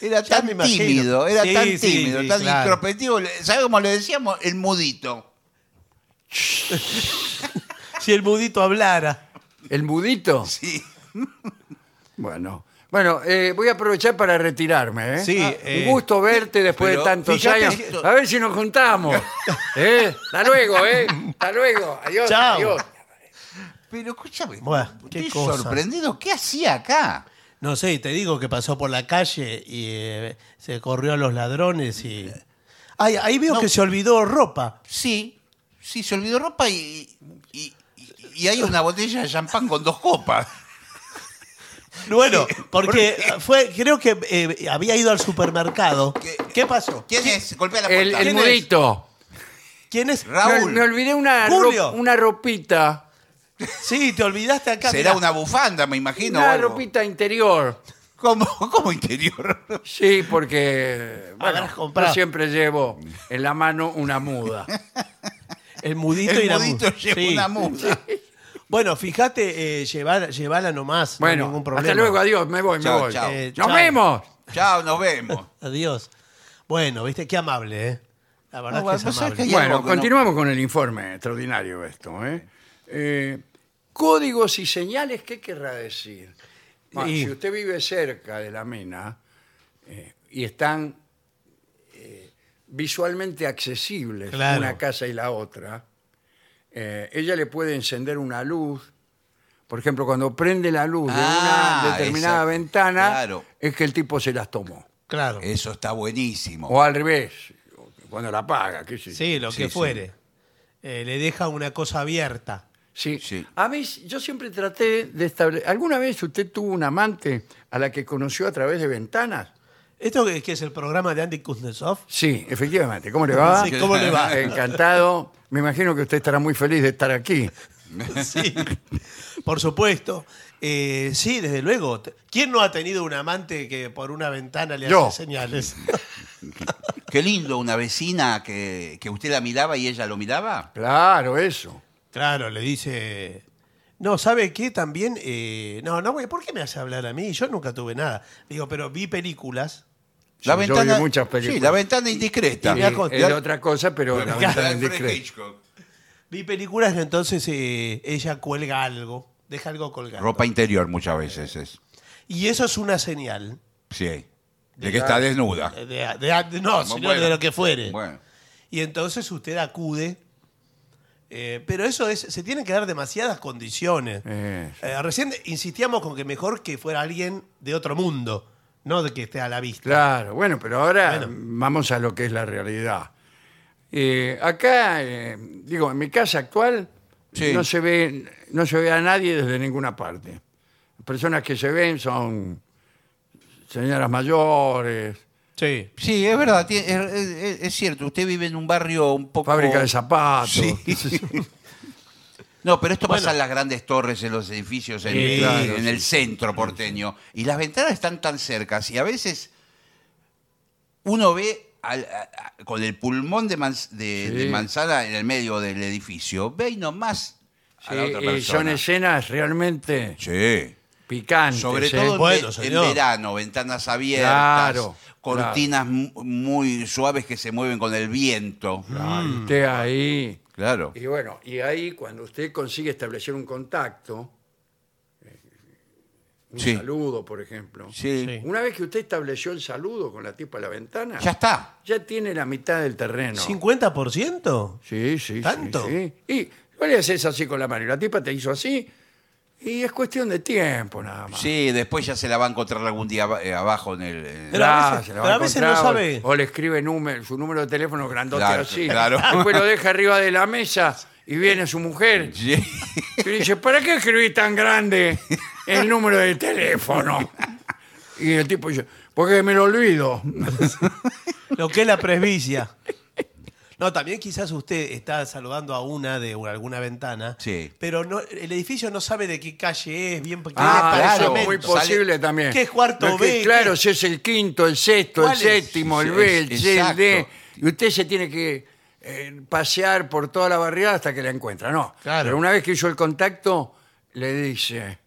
[SPEAKER 3] Era
[SPEAKER 2] Ya
[SPEAKER 3] tan
[SPEAKER 2] me imagino.
[SPEAKER 3] tímido, era
[SPEAKER 2] Sí,
[SPEAKER 3] tan
[SPEAKER 2] sí,
[SPEAKER 3] tímido,
[SPEAKER 2] sí,
[SPEAKER 3] tan
[SPEAKER 2] claro.
[SPEAKER 3] introspectivo. Le- ¿Sabe cómo le decíamos? El mudito.
[SPEAKER 2] Si el mudito hablara.
[SPEAKER 1] ¿El mudito?
[SPEAKER 3] Sí.
[SPEAKER 1] Bueno. Bueno, eh, voy a aprovechar para retirarme. ¿eh?
[SPEAKER 2] Sí,
[SPEAKER 1] Ah,
[SPEAKER 2] eh,
[SPEAKER 1] un gusto verte después
[SPEAKER 3] pero
[SPEAKER 1] de tantos
[SPEAKER 2] fíjate
[SPEAKER 1] años.
[SPEAKER 3] que-
[SPEAKER 1] A ver si nos juntamos. ¿Eh? Hasta luego, ¿eh? Hasta luego. Adiós.
[SPEAKER 2] Chao.
[SPEAKER 1] adiós.
[SPEAKER 3] Pero escúchame,
[SPEAKER 2] Bueno, qué
[SPEAKER 3] estoy
[SPEAKER 2] cosa.
[SPEAKER 3] sorprendido. ¿Qué hacía acá?
[SPEAKER 2] No sé, te digo que pasó por la calle y eh, se corrió a los ladrones y. Ay, ahí veo que se olvidó ropa.
[SPEAKER 3] Sí, sí, se olvidó ropa y, y- y- y hay una botella de champán con dos copas.
[SPEAKER 2] Bueno, porque fue, creo que eh, había ido al supermercado. ¿Qué, pasó?
[SPEAKER 3] ¿Quién es? Golpea la
[SPEAKER 1] El,
[SPEAKER 3] puerta.
[SPEAKER 1] el
[SPEAKER 2] ¿Quién es?
[SPEAKER 1] mudito.
[SPEAKER 2] ¿Quién es?
[SPEAKER 1] Me,
[SPEAKER 3] Raúl.
[SPEAKER 1] me olvidé una,
[SPEAKER 2] Julio.
[SPEAKER 1] ro- una ropita.
[SPEAKER 2] Sí, te olvidaste acá.
[SPEAKER 3] Será
[SPEAKER 2] mirá.
[SPEAKER 3] una bufanda, me imagino. o
[SPEAKER 1] una
[SPEAKER 3] algo.
[SPEAKER 1] ropita interior.
[SPEAKER 3] ¿Cómo, cómo interior?
[SPEAKER 1] Sí, porque bueno,
[SPEAKER 2] Habrás comprado.
[SPEAKER 1] yo siempre llevo en la mano una muda.
[SPEAKER 2] El mudito y
[SPEAKER 3] El
[SPEAKER 2] la
[SPEAKER 3] mudito
[SPEAKER 2] mu-
[SPEAKER 3] lleva
[SPEAKER 2] Sí.
[SPEAKER 3] una muda.
[SPEAKER 2] Bueno, fíjate, eh, llevar- llevala nomás. no hay
[SPEAKER 1] Bueno,
[SPEAKER 2] ningún problema.
[SPEAKER 1] hasta luego, adiós, me voy,
[SPEAKER 3] Chao,
[SPEAKER 1] me voy.
[SPEAKER 3] chao.
[SPEAKER 2] Eh,
[SPEAKER 1] ¡Nos
[SPEAKER 2] chao.
[SPEAKER 1] vemos!
[SPEAKER 3] Chao, nos vemos.
[SPEAKER 2] Adiós. Bueno, viste, qué amable, ¿eh? La verdad
[SPEAKER 3] No,
[SPEAKER 2] es que
[SPEAKER 3] vos
[SPEAKER 2] es
[SPEAKER 3] sabés
[SPEAKER 2] amable.
[SPEAKER 3] que- Y
[SPEAKER 1] Bueno,
[SPEAKER 3] algo que no-
[SPEAKER 1] continuamos con el informe, extraordinario esto. ¿eh? Eh, códigos y señales, ¿qué querrá decir? Bueno,
[SPEAKER 2] Y-
[SPEAKER 1] Si usted vive cerca de la mina eh, y están eh, visualmente accesibles
[SPEAKER 2] Claro.
[SPEAKER 1] una casa y la otra, eh, ella le puede encender una luz. Por ejemplo, cuando prende la luz de
[SPEAKER 3] Ah,
[SPEAKER 1] una determinada
[SPEAKER 3] exacto.
[SPEAKER 1] ventana,
[SPEAKER 3] Claro.
[SPEAKER 1] es que el tipo se las tomó.
[SPEAKER 2] Claro.
[SPEAKER 3] Eso está buenísimo.
[SPEAKER 1] O al revés, cuando la paga, qué sé yo.
[SPEAKER 2] Sí, lo
[SPEAKER 3] Sí,
[SPEAKER 2] que
[SPEAKER 3] sí.
[SPEAKER 2] fuere. Eh, le deja una cosa abierta.
[SPEAKER 1] Sí.
[SPEAKER 3] Sí.
[SPEAKER 1] A mí, yo siempre traté de establecer. ¿Alguna vez usted tuvo un amante a la que conoció a través de ventanas?
[SPEAKER 2] ¿Esto que, que es el programa de Andy Kuznetsov?
[SPEAKER 1] Sí, efectivamente. ¿Cómo le va?
[SPEAKER 2] Sí, ¿cómo le va?
[SPEAKER 1] Encantado. Me imagino que usted estará muy feliz de estar aquí.
[SPEAKER 2] Sí, por supuesto. Eh, sí, desde luego. T- ¿Quién no ha tenido un amante que por una ventana le
[SPEAKER 1] Yo.
[SPEAKER 2] hace señales?
[SPEAKER 3] Qué lindo, una vecina que, que usted la miraba y ella lo miraba.
[SPEAKER 1] Claro, eso.
[SPEAKER 2] Claro, le dice. No, ¿sabe qué? También. eh, no, no, voy- ¿por qué me hace hablar a mí? Yo nunca tuve nada. Digo, pero vi películas.
[SPEAKER 3] La
[SPEAKER 1] Sí, yo
[SPEAKER 3] ventana,
[SPEAKER 1] vi muchas películas.
[SPEAKER 3] Sí, la ventana indiscreta.
[SPEAKER 1] Y
[SPEAKER 2] Mirá con-
[SPEAKER 1] es otra cosa, pero la ventana
[SPEAKER 3] Alfred
[SPEAKER 1] indiscreta.
[SPEAKER 3] Hitchcock.
[SPEAKER 2] Vi películas, entonces eh, ella cuelga algo, deja algo colgado.
[SPEAKER 3] Ropa interior muchas veces es.
[SPEAKER 2] Y eso es una señal.
[SPEAKER 3] Sí. De que está desnuda.
[SPEAKER 2] eh, De, de- de- no,
[SPEAKER 3] Bueno,
[SPEAKER 2] sino de lo que fuere.
[SPEAKER 3] Bueno.
[SPEAKER 2] Y entonces usted acude. eh, pero eso es, se tienen que dar demasiadas condiciones.
[SPEAKER 1] Eh,
[SPEAKER 2] Eh, recién insistíamos con que mejor que fuera alguien de otro mundo, no de que esté a la vista.
[SPEAKER 1] Claro, bueno, pero ahora
[SPEAKER 2] Bueno.
[SPEAKER 1] vamos a lo que es la realidad. Eh, acá, eh, digo, en mi casa actual
[SPEAKER 3] Sí.
[SPEAKER 1] no se ve, no se ve a nadie desde ninguna parte. Personas que se ven son señoras mayores,
[SPEAKER 2] Sí.
[SPEAKER 3] Sí, es verdad, tie- es, es- es cierto. Usted vive en un barrio un poco.
[SPEAKER 1] fábrica de zapatos.
[SPEAKER 3] Sí. No, pero esto pasa
[SPEAKER 2] Bueno.
[SPEAKER 3] en las grandes torres, en los edificios, en,
[SPEAKER 2] Sí,
[SPEAKER 1] claro,
[SPEAKER 3] en
[SPEAKER 1] sí.
[SPEAKER 3] el centro porteño. Y las ventanas están tan cercas y a veces uno ve al- a- a- con el pulmón de, manz- de-
[SPEAKER 1] Sí.
[SPEAKER 3] de manzana en el medio del edificio, ve y nomás a la
[SPEAKER 1] Sí,
[SPEAKER 3] otra
[SPEAKER 1] y Eh, son
[SPEAKER 3] persona.
[SPEAKER 1] escenas realmente
[SPEAKER 3] Sí.
[SPEAKER 1] picantes.
[SPEAKER 3] Sobre
[SPEAKER 1] ¿eh?
[SPEAKER 3] todo en,
[SPEAKER 2] Bueno,
[SPEAKER 3] ve- en
[SPEAKER 2] señor.
[SPEAKER 3] verano, ventanas abiertas,
[SPEAKER 1] Claro,
[SPEAKER 3] cortinas mu- muy suaves que se mueven con el viento.
[SPEAKER 1] Ay, usted ahí.
[SPEAKER 3] Claro.
[SPEAKER 1] Y bueno, y ahí cuando usted consigue establecer un contacto, eh, un
[SPEAKER 3] Sí.
[SPEAKER 1] saludo, por ejemplo.
[SPEAKER 3] Sí.
[SPEAKER 2] Sí.
[SPEAKER 1] Una vez que usted estableció el saludo con la tipa a la ventana,
[SPEAKER 3] Ya
[SPEAKER 1] ya,
[SPEAKER 3] está.
[SPEAKER 1] tiene la mitad del terreno.
[SPEAKER 2] ¿50%?
[SPEAKER 1] Sí, sí, sí,
[SPEAKER 2] ¿Tanto?
[SPEAKER 1] sí. Y no le haces así con la mano. Y La tipa te hizo así y es cuestión de tiempo nada más.
[SPEAKER 3] Sí, después ya se la va a encontrar algún día aba- eh, abajo en el. en-
[SPEAKER 2] Pero a veces-
[SPEAKER 1] se la va
[SPEAKER 2] pero a veces no
[SPEAKER 1] encontrar,
[SPEAKER 2] sabe.
[SPEAKER 1] O, o le escribe número, su número de teléfono grandote
[SPEAKER 3] Claro,
[SPEAKER 1] así.
[SPEAKER 3] claro.
[SPEAKER 1] Después lo deja arriba de la mesa y viene su mujer.
[SPEAKER 3] Sí.
[SPEAKER 1] Y le dice, ¿para qué escribí tan grande el número de teléfono? Y el tipo dice, porque me lo olvido.
[SPEAKER 2] Lo que es la presbicia. No, también quizás usted está saludando a una de alguna ventana,
[SPEAKER 3] Sí.
[SPEAKER 2] pero no, el edificio no sabe de qué calle es, bien qué
[SPEAKER 1] Ah, claro,
[SPEAKER 2] departamento.
[SPEAKER 1] muy posible también.
[SPEAKER 2] ¿Qué es cuarto
[SPEAKER 1] No, que,
[SPEAKER 2] B?
[SPEAKER 1] Claro,
[SPEAKER 2] ¿Qué-
[SPEAKER 1] si es el quinto, el sexto, el
[SPEAKER 2] ¿Cuál es?
[SPEAKER 1] séptimo, el
[SPEAKER 3] Sí,
[SPEAKER 1] B,
[SPEAKER 3] es-
[SPEAKER 1] el C, el D.
[SPEAKER 3] exacto.
[SPEAKER 1] Y usted se tiene que eh, pasear por toda la barriada hasta que la encuentra, ¿no?
[SPEAKER 2] Claro.
[SPEAKER 1] Pero una vez que hizo el contacto, le dice,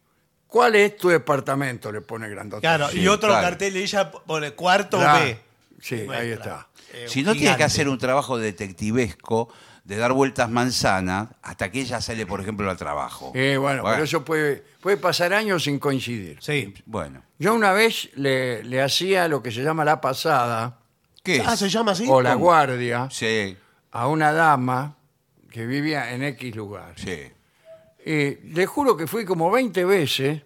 [SPEAKER 1] ¿Cuál es tu departamento? Le pone grandote.
[SPEAKER 2] Claro,
[SPEAKER 3] Sí,
[SPEAKER 2] y otro
[SPEAKER 3] claro.
[SPEAKER 2] cartel y ella pone cuarto
[SPEAKER 1] Ah,
[SPEAKER 2] B.
[SPEAKER 1] Sí, ahí está.
[SPEAKER 2] Eh,
[SPEAKER 3] Si no tiene que
[SPEAKER 2] gigante.
[SPEAKER 3] hacer un trabajo detectivesco de dar vueltas manzanas hasta que ella sale, por ejemplo, al trabajo.
[SPEAKER 1] Eh, bueno, pero eso puede, puede pasar años sin coincidir.
[SPEAKER 2] Sí.
[SPEAKER 3] Bueno.
[SPEAKER 1] Yo una vez le, le hacía lo que se llama la pasada
[SPEAKER 3] ¿Qué
[SPEAKER 2] Ah,
[SPEAKER 3] es?
[SPEAKER 2] ¿se llama así?
[SPEAKER 1] o la guardia
[SPEAKER 3] Sí,
[SPEAKER 1] a una dama que vivía en X lugar.
[SPEAKER 3] sí.
[SPEAKER 1] Y le juro que fui como 20 veces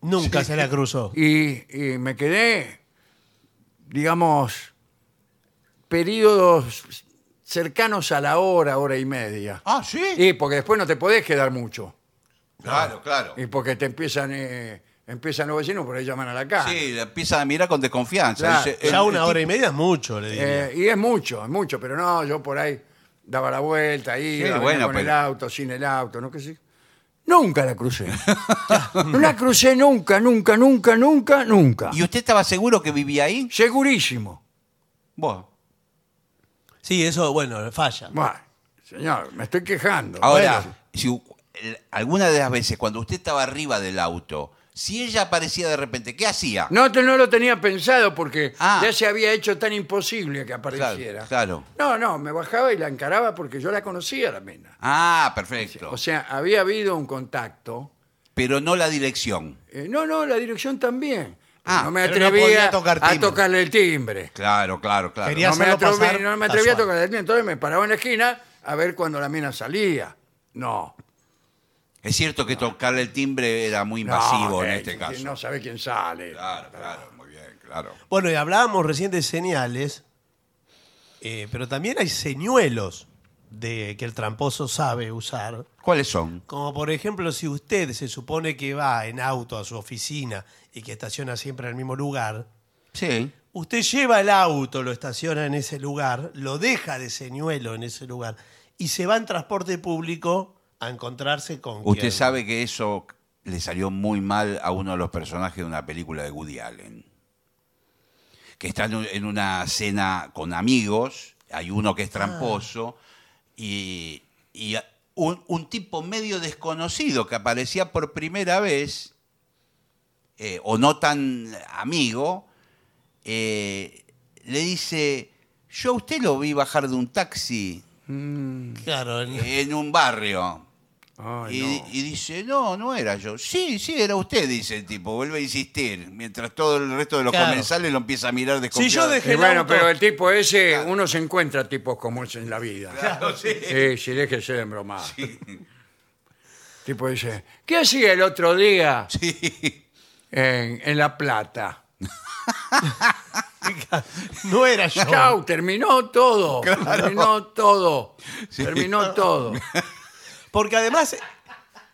[SPEAKER 2] Nunca se la cruzó.
[SPEAKER 1] y, y me quedé, digamos, periodos cercanos a la hora, hora y media.
[SPEAKER 3] Ah, sí.
[SPEAKER 1] Y porque después no te podés quedar mucho.
[SPEAKER 3] Claro, claro.
[SPEAKER 1] Y porque te empiezan, eh, empiezan los vecinos por ahí llaman a la casa.
[SPEAKER 3] Sí, la empieza a mirar con desconfianza.
[SPEAKER 1] Claro.
[SPEAKER 3] Dice,
[SPEAKER 2] Ya
[SPEAKER 3] el-
[SPEAKER 2] una
[SPEAKER 3] el
[SPEAKER 2] hora y media es mucho, le diría.
[SPEAKER 1] Eh, y es mucho, es mucho, pero no, yo por ahí daba la vuelta, iba, venía
[SPEAKER 3] bueno,
[SPEAKER 1] con
[SPEAKER 3] pero-
[SPEAKER 1] el auto, sin el auto, no qué sé. Nunca la crucé. no la crucé nunca, nunca, nunca, nunca, nunca.
[SPEAKER 3] tipo- ¿Y usted estaba seguro que vivía ahí?
[SPEAKER 1] Segurísimo.
[SPEAKER 3] Bueno.
[SPEAKER 2] Sí, eso, bueno, falla.
[SPEAKER 1] Bueno, señor, me estoy quejando. Bueno,
[SPEAKER 3] Ahora, si u- el- alguna de las veces cuando usted estaba arriba del auto, si ella aparecía de repente, ¿qué hacía?
[SPEAKER 1] no, te- no lo tenía pensado porque
[SPEAKER 3] Ah.
[SPEAKER 1] ya se había hecho tan imposible que apareciera.
[SPEAKER 3] claro.
[SPEAKER 1] No, no, me bajaba y la encaraba porque yo la conocía la mina.
[SPEAKER 3] Ah, perfecto.
[SPEAKER 1] O sea, había habido un contacto.
[SPEAKER 3] Pero no la dirección.
[SPEAKER 1] Eh, no, no, la dirección también.
[SPEAKER 3] Ah,
[SPEAKER 1] no me
[SPEAKER 2] pero no
[SPEAKER 1] atrevía
[SPEAKER 2] podía tocar
[SPEAKER 1] a
[SPEAKER 2] timbre.
[SPEAKER 1] tocarle el timbre.
[SPEAKER 3] Claro, claro, claro.
[SPEAKER 2] Quería
[SPEAKER 1] No me,
[SPEAKER 2] hacerlo
[SPEAKER 1] atreví-
[SPEAKER 2] pasar
[SPEAKER 1] no me atrevía a
[SPEAKER 2] casual.
[SPEAKER 1] tocarle el timbre. Entonces me paraba en la esquina a ver cuando la mina salía. No.
[SPEAKER 3] Es cierto que tocarle el timbre era muy
[SPEAKER 1] no,
[SPEAKER 3] invasivo en
[SPEAKER 1] eh,
[SPEAKER 3] este
[SPEAKER 1] que
[SPEAKER 3] caso.
[SPEAKER 1] No sabe quién sale.
[SPEAKER 3] Claro, claro, muy bien, claro.
[SPEAKER 2] Bueno, y hablábamos recién de señales, eh, pero también hay señuelos de que el tramposo sabe usar.
[SPEAKER 3] ¿Cuáles son?
[SPEAKER 2] Como por ejemplo, si usted se supone que va en auto a su oficina y que estaciona siempre en el mismo lugar,
[SPEAKER 3] Sí.
[SPEAKER 2] usted lleva el auto, lo estaciona en ese lugar, lo deja de señuelo en ese lugar y se va en transporte público a encontrarse con
[SPEAKER 3] Usted
[SPEAKER 2] quien-
[SPEAKER 3] sabe que eso le salió muy mal a uno de los personajes de una película de Woody Allen. Que está en un- en una cena con amigos, hay uno que es tramposo, y, y un, un tipo medio desconocido que aparecía por primera vez, eh, o no tan amigo, eh, le dice, yo a usted lo vi bajar de un taxi
[SPEAKER 2] Claro, en-
[SPEAKER 3] en un barrio.
[SPEAKER 1] Mm. Ay,
[SPEAKER 3] Y,
[SPEAKER 1] no.
[SPEAKER 3] y dice, no, no era yo. Sí, sí, era usted, dice el tipo. Vuelve a insistir. Mientras todo el resto de los
[SPEAKER 2] Claro.
[SPEAKER 3] comensales lo empieza a mirar
[SPEAKER 2] Si
[SPEAKER 3] desconfiado.
[SPEAKER 2] yo dejé
[SPEAKER 1] Y
[SPEAKER 2] el
[SPEAKER 1] bueno,
[SPEAKER 2] auto-
[SPEAKER 1] pero el tipo ese, uno se encuentra tipos como ese en la vida. sí. Sí, déjese de embromar. tipo dice, ¿qué hacía el otro día
[SPEAKER 3] Sí.
[SPEAKER 1] en, en La Plata?
[SPEAKER 2] no era yo.
[SPEAKER 1] Chau, terminó todo. Terminó todo. Terminó todo.
[SPEAKER 2] Porque además.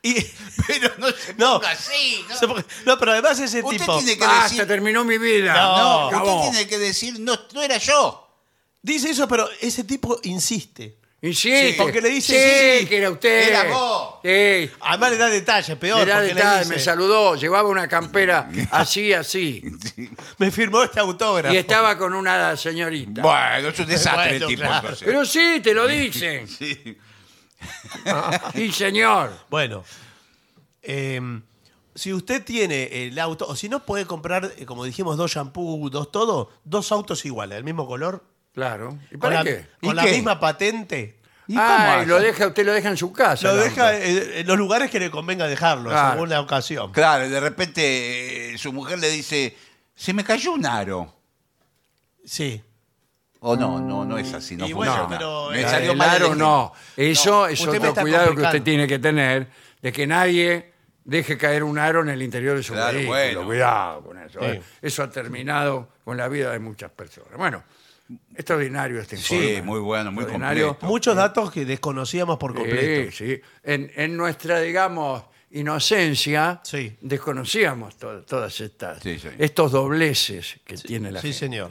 [SPEAKER 2] y-
[SPEAKER 3] Pero no se
[SPEAKER 2] No.
[SPEAKER 3] ponga así, ¿no?
[SPEAKER 2] no, porque- no, pero además ese
[SPEAKER 3] Usted
[SPEAKER 2] tipo.
[SPEAKER 3] tiene que
[SPEAKER 1] Basta,
[SPEAKER 3] decir...
[SPEAKER 1] terminó mi vida.
[SPEAKER 2] No,
[SPEAKER 3] No,
[SPEAKER 1] acabó.
[SPEAKER 3] usted tiene que decir, no, no era yo.
[SPEAKER 2] Dice eso, pero ese tipo insiste.
[SPEAKER 1] Insiste.
[SPEAKER 2] Sí, porque le dice,
[SPEAKER 1] Sí,
[SPEAKER 2] sí,
[SPEAKER 1] que era usted.
[SPEAKER 3] era vos.
[SPEAKER 1] Sí.
[SPEAKER 2] Además le da detalles, peor.
[SPEAKER 1] Mirá
[SPEAKER 2] porque
[SPEAKER 1] de
[SPEAKER 2] le
[SPEAKER 1] tal,
[SPEAKER 2] dice,
[SPEAKER 1] me saludó, llevaba una campera así, así.
[SPEAKER 2] "Me firmó este autógrafo.
[SPEAKER 1] Y estaba con una señorita.
[SPEAKER 3] Bueno, es un desastre
[SPEAKER 2] Bueno,
[SPEAKER 3] el tipo.
[SPEAKER 2] claro.
[SPEAKER 3] entonces.
[SPEAKER 1] Pero sí, te lo dicen.
[SPEAKER 3] Sí.
[SPEAKER 1] Sí, señor.
[SPEAKER 2] Bueno, em, si usted tiene el auto, o si no puede comprar, eh, como dijimos, dos shampoos, dos todo, dos autos iguales, del mismo color,
[SPEAKER 1] Claro. ¿Y
[SPEAKER 2] con,
[SPEAKER 1] para
[SPEAKER 2] la,
[SPEAKER 1] qué?
[SPEAKER 2] con
[SPEAKER 3] ¿Y
[SPEAKER 2] la
[SPEAKER 3] qué?
[SPEAKER 2] misma patente.
[SPEAKER 3] ¿Y cómo
[SPEAKER 1] Ay,
[SPEAKER 3] hace?
[SPEAKER 1] lo deja, usted lo deja en su casa.
[SPEAKER 2] Lo
[SPEAKER 1] el
[SPEAKER 2] deja
[SPEAKER 1] auto.
[SPEAKER 2] eh, en los lugares que le convenga dejarlo,
[SPEAKER 1] Claro.
[SPEAKER 2] según la ocasión.
[SPEAKER 3] Claro, y de repente eh, su mujer le dice, se me cayó un aro.
[SPEAKER 2] Sí.
[SPEAKER 3] O no, no, no es así, no
[SPEAKER 2] Y bueno,
[SPEAKER 3] funciona.
[SPEAKER 2] pero,
[SPEAKER 3] Me
[SPEAKER 2] eh,
[SPEAKER 3] salió
[SPEAKER 1] el
[SPEAKER 3] mal el
[SPEAKER 1] aro
[SPEAKER 3] ejemplo.
[SPEAKER 1] no. Eso es
[SPEAKER 2] usted me
[SPEAKER 1] otro
[SPEAKER 2] está
[SPEAKER 1] cuidado que usted
[SPEAKER 2] complicando.
[SPEAKER 1] tiene que tener de que nadie deje caer un aro en el interior de su
[SPEAKER 3] Claro,
[SPEAKER 1] vehículo.
[SPEAKER 3] bueno.
[SPEAKER 1] Cuidado con eso.
[SPEAKER 2] Sí.
[SPEAKER 1] ¿eh? Eso ha terminado con la vida de muchas personas. Bueno, extraordinario este
[SPEAKER 3] Sí,
[SPEAKER 1] informe.
[SPEAKER 3] muy bueno, muy
[SPEAKER 1] Extraordinario.
[SPEAKER 3] completo.
[SPEAKER 2] Muchos datos que desconocíamos por
[SPEAKER 1] Sí,
[SPEAKER 2] completo.
[SPEAKER 1] sí. En, en nuestra, digamos, inocencia,
[SPEAKER 2] Sí.
[SPEAKER 1] desconocíamos to- todas estas,
[SPEAKER 3] Sí, sí.
[SPEAKER 1] estos dobleces que tiene la
[SPEAKER 2] Sí,
[SPEAKER 1] gente.
[SPEAKER 2] señor.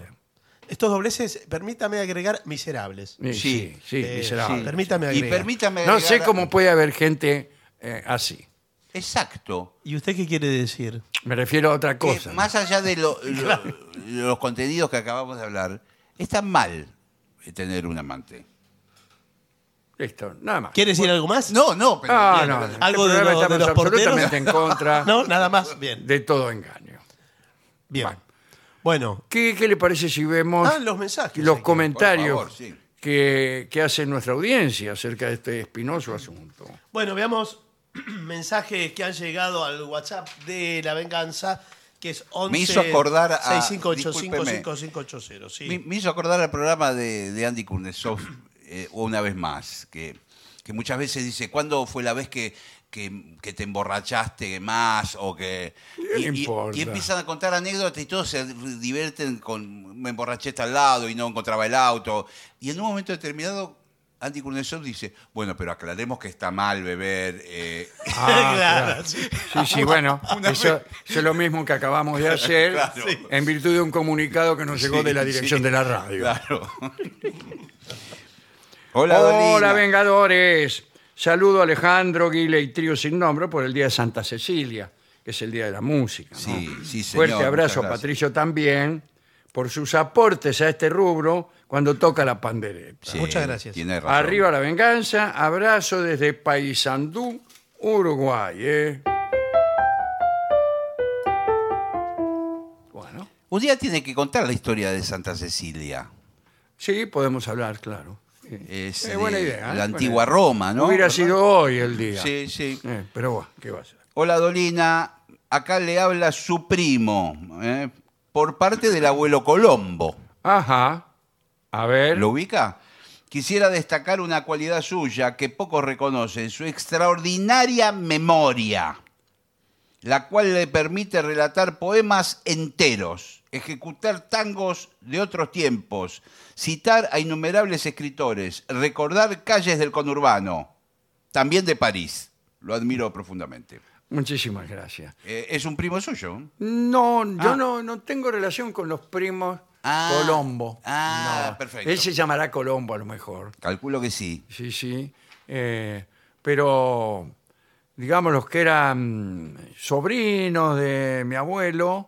[SPEAKER 2] Estos dobleces, permítame agregar, miserables.
[SPEAKER 1] Sí, sí, sí,
[SPEAKER 2] Eh,
[SPEAKER 1] miserable.
[SPEAKER 2] sí, Permítame
[SPEAKER 3] Y
[SPEAKER 2] agregar.
[SPEAKER 3] permítame
[SPEAKER 1] No sé
[SPEAKER 3] agregar-
[SPEAKER 1] cómo puede haber gente eh, así.
[SPEAKER 3] Exacto.
[SPEAKER 2] ¿Y usted qué quiere decir?
[SPEAKER 1] Me refiero a otra
[SPEAKER 3] Que
[SPEAKER 1] cosa.
[SPEAKER 3] más allá de lo- lo- los contenidos que acabamos de hablar, está mal tener un amante.
[SPEAKER 1] Listo, nada más.
[SPEAKER 2] ¿Quiere decir algo más?
[SPEAKER 3] No, no, pero.
[SPEAKER 1] Ah,
[SPEAKER 3] bien,
[SPEAKER 1] no.
[SPEAKER 3] pero-
[SPEAKER 2] ¿Algo
[SPEAKER 1] Este programa
[SPEAKER 2] de, lo- de
[SPEAKER 1] estamos
[SPEAKER 2] los porteros?
[SPEAKER 1] absolutamente en contra.
[SPEAKER 2] No, nada más. Bien,
[SPEAKER 1] De todo engaño.
[SPEAKER 2] bien. Bueno,
[SPEAKER 1] ¿Qué, qué le parece si vemos
[SPEAKER 2] Ah, los mensajes
[SPEAKER 1] los
[SPEAKER 2] hay que-
[SPEAKER 1] comentarios
[SPEAKER 3] por favor, sí.
[SPEAKER 1] que, que hace nuestra audiencia acerca de este espinoso asunto?
[SPEAKER 2] bueno, veamos mensajes que han llegado al WhatsApp de La Venganza, que es 11...
[SPEAKER 3] hizo acordar a-
[SPEAKER 2] 6585-5580, sí.
[SPEAKER 3] Me, me hizo acordar al programa de, de Andy Kurnesov eh, una vez más, que, que muchas veces dice, ¿cuándo fue la vez que, que- que te emborrachaste más? O que,
[SPEAKER 1] ¿Qué le importa?
[SPEAKER 3] y empiezan a contar anécdotas y todos se divierten con, me emborraché hasta al lado y no encontraba el auto. Y en un momento determinado, Andy Kurnesov dice, bueno, pero aclaremos que está mal beber. eh,
[SPEAKER 2] Claro,
[SPEAKER 1] Ah, claro.
[SPEAKER 2] sí.
[SPEAKER 1] Sí, sí, bueno, eso, eso es lo mismo que acabamos de hacer
[SPEAKER 3] Claro.
[SPEAKER 1] en virtud de un comunicado que nos llegó de la
[SPEAKER 3] sí,
[SPEAKER 1] dirección
[SPEAKER 3] sí.
[SPEAKER 1] de la radio.
[SPEAKER 3] Claro. Hola, Dolina.
[SPEAKER 1] Hola, Vengadores. Saludo a Alejandro, Guile y Trío Sin Nombre por el Día de Santa Cecilia, que es el Día de la Música. ¿no?
[SPEAKER 3] Sí, sí, señor,
[SPEAKER 1] Fuerte abrazo a
[SPEAKER 3] muchas gracias.
[SPEAKER 1] Patricio también por sus aportes a este rubro cuando toca la pandereta.
[SPEAKER 3] Sí,
[SPEAKER 2] Muchas gracias.
[SPEAKER 3] tiene razón.
[SPEAKER 1] Arriba la venganza, abrazo desde Paysandú, Uruguay. ¿eh? Bueno,
[SPEAKER 3] Un día tiene que contar la historia de Santa Cecilia.
[SPEAKER 1] sí, podemos hablar, claro. Sí.
[SPEAKER 3] Es
[SPEAKER 1] Eh,
[SPEAKER 3] de
[SPEAKER 1] buena idea. ¿eh?
[SPEAKER 3] La
[SPEAKER 1] Buena
[SPEAKER 3] antigua
[SPEAKER 1] idea.
[SPEAKER 3] Roma, ¿no?
[SPEAKER 1] Hubiera
[SPEAKER 3] ¿Verdad?
[SPEAKER 1] sido hoy el día.
[SPEAKER 3] Sí, sí.
[SPEAKER 1] Eh, pero bueno, ¿qué va a ser?
[SPEAKER 3] Hola, Dolina. Acá le habla su primo, ¿eh? por parte del abuelo Colombo.
[SPEAKER 1] Ajá. A ver.
[SPEAKER 3] ¿Lo ubica? Quisiera destacar una cualidad suya que pocos reconocen, su extraordinaria memoria, la cual le permite relatar poemas enteros, ejecutar tangos de otros tiempos, citar a innumerables escritores, recordar calles del conurbano, también de París. Lo admiro profundamente.
[SPEAKER 1] Muchísimas gracias.
[SPEAKER 3] Eh, es un primo suyo.
[SPEAKER 1] No, yo
[SPEAKER 3] Ah.
[SPEAKER 1] no, no tengo relación con los primos
[SPEAKER 3] Ah.
[SPEAKER 1] Colombo.
[SPEAKER 3] Ah,
[SPEAKER 1] No.
[SPEAKER 3] perfecto.
[SPEAKER 1] Él se llamará Colombo a lo mejor.
[SPEAKER 3] Calculo que sí.
[SPEAKER 1] Sí, sí. Eh, pero, digamos, los que eran sobrinos de mi abuelo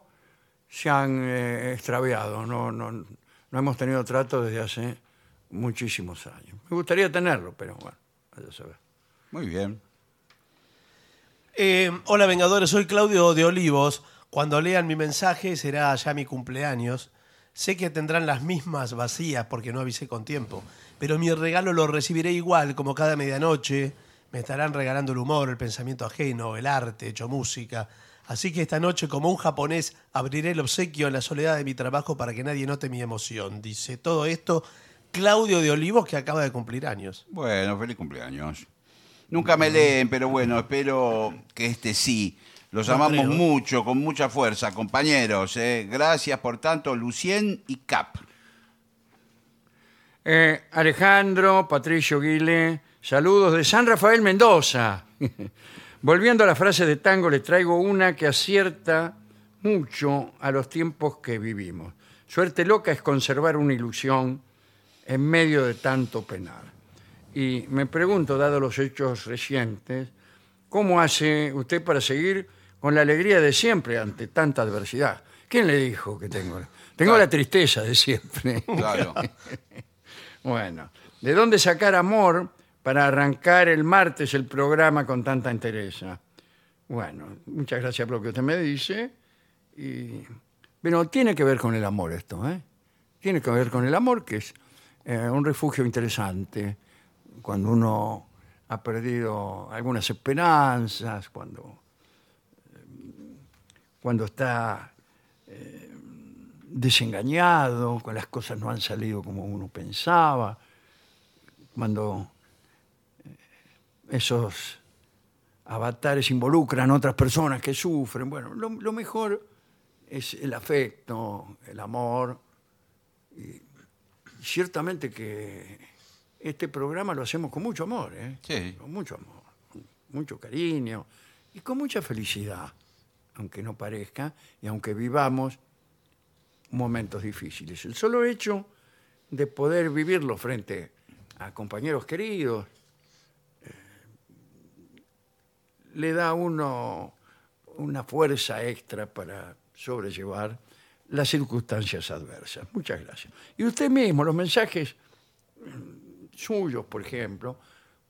[SPEAKER 1] se han eh, extraviado. No, no, no hemos tenido trato desde hace muchísimos años. Me gustaría tenerlo, pero bueno, vaya a saber.
[SPEAKER 3] Muy bien.
[SPEAKER 2] Eh, hola Vengadores, soy Claudio de Olivos. Cuando lean mi mensaje será ya mi cumpleaños. Sé que tendrán las mismas vacías porque no avisé con tiempo, pero mi regalo lo recibiré igual como cada medianoche. Me estarán regalando el humor, el pensamiento ajeno, el arte, hecho música. Así que esta noche, como un japonés, abriré el obsequio en la soledad de mi trabajo para que nadie note mi emoción. Dice todo esto Claudio de Olivos, que acaba de cumplir años.
[SPEAKER 3] Bueno, feliz cumpleaños. Nunca me leen, pero bueno, espero que este sí. Los
[SPEAKER 2] No
[SPEAKER 3] amamos
[SPEAKER 2] creo.
[SPEAKER 3] mucho, con mucha fuerza, compañeros. eh. Gracias por tanto, Lucien y Cap.
[SPEAKER 1] Eh, Alejandro, Patricio Guile, saludos de San Rafael Mendoza. Volviendo a la frase de tango, le traigo una que acierta mucho a los tiempos que vivimos. Suerte loca es conservar una ilusión en medio de tanto penar. Y me pregunto, dado los hechos recientes, ¿cómo hace usted para seguir con la alegría de siempre ante tanta adversidad? ¿Quién le dijo que tengo? Tengo la tristeza de siempre.
[SPEAKER 3] Claro.
[SPEAKER 1] Bueno, ¿de dónde sacar amor para arrancar el martes el programa con tanta entereza? Bueno, muchas gracias por lo que usted me dice. Y, bueno, tiene que ver con el amor esto, ¿eh? Tiene que ver con el amor, que es eh, un refugio interesante cuando uno ha perdido algunas esperanzas, cuando, eh, cuando está desengañado, cuando las cosas no han salido como uno pensaba, cuando eh, esos avatares involucran a otras personas que sufren. Bueno, lo, lo mejor es el afecto, el amor. Y ciertamente que este programa lo hacemos con mucho amor, ¿eh?
[SPEAKER 3] Sí.
[SPEAKER 1] con mucho amor, con mucho cariño y con mucha felicidad, aunque no parezca y aunque vivamos momentos difíciles. El solo hecho de poder vivirlo frente a compañeros queridos eh, le da a uno una fuerza extra para sobrellevar las circunstancias adversas. Muchas gracias. Y usted mismo, los mensajes mm, suyos, por ejemplo,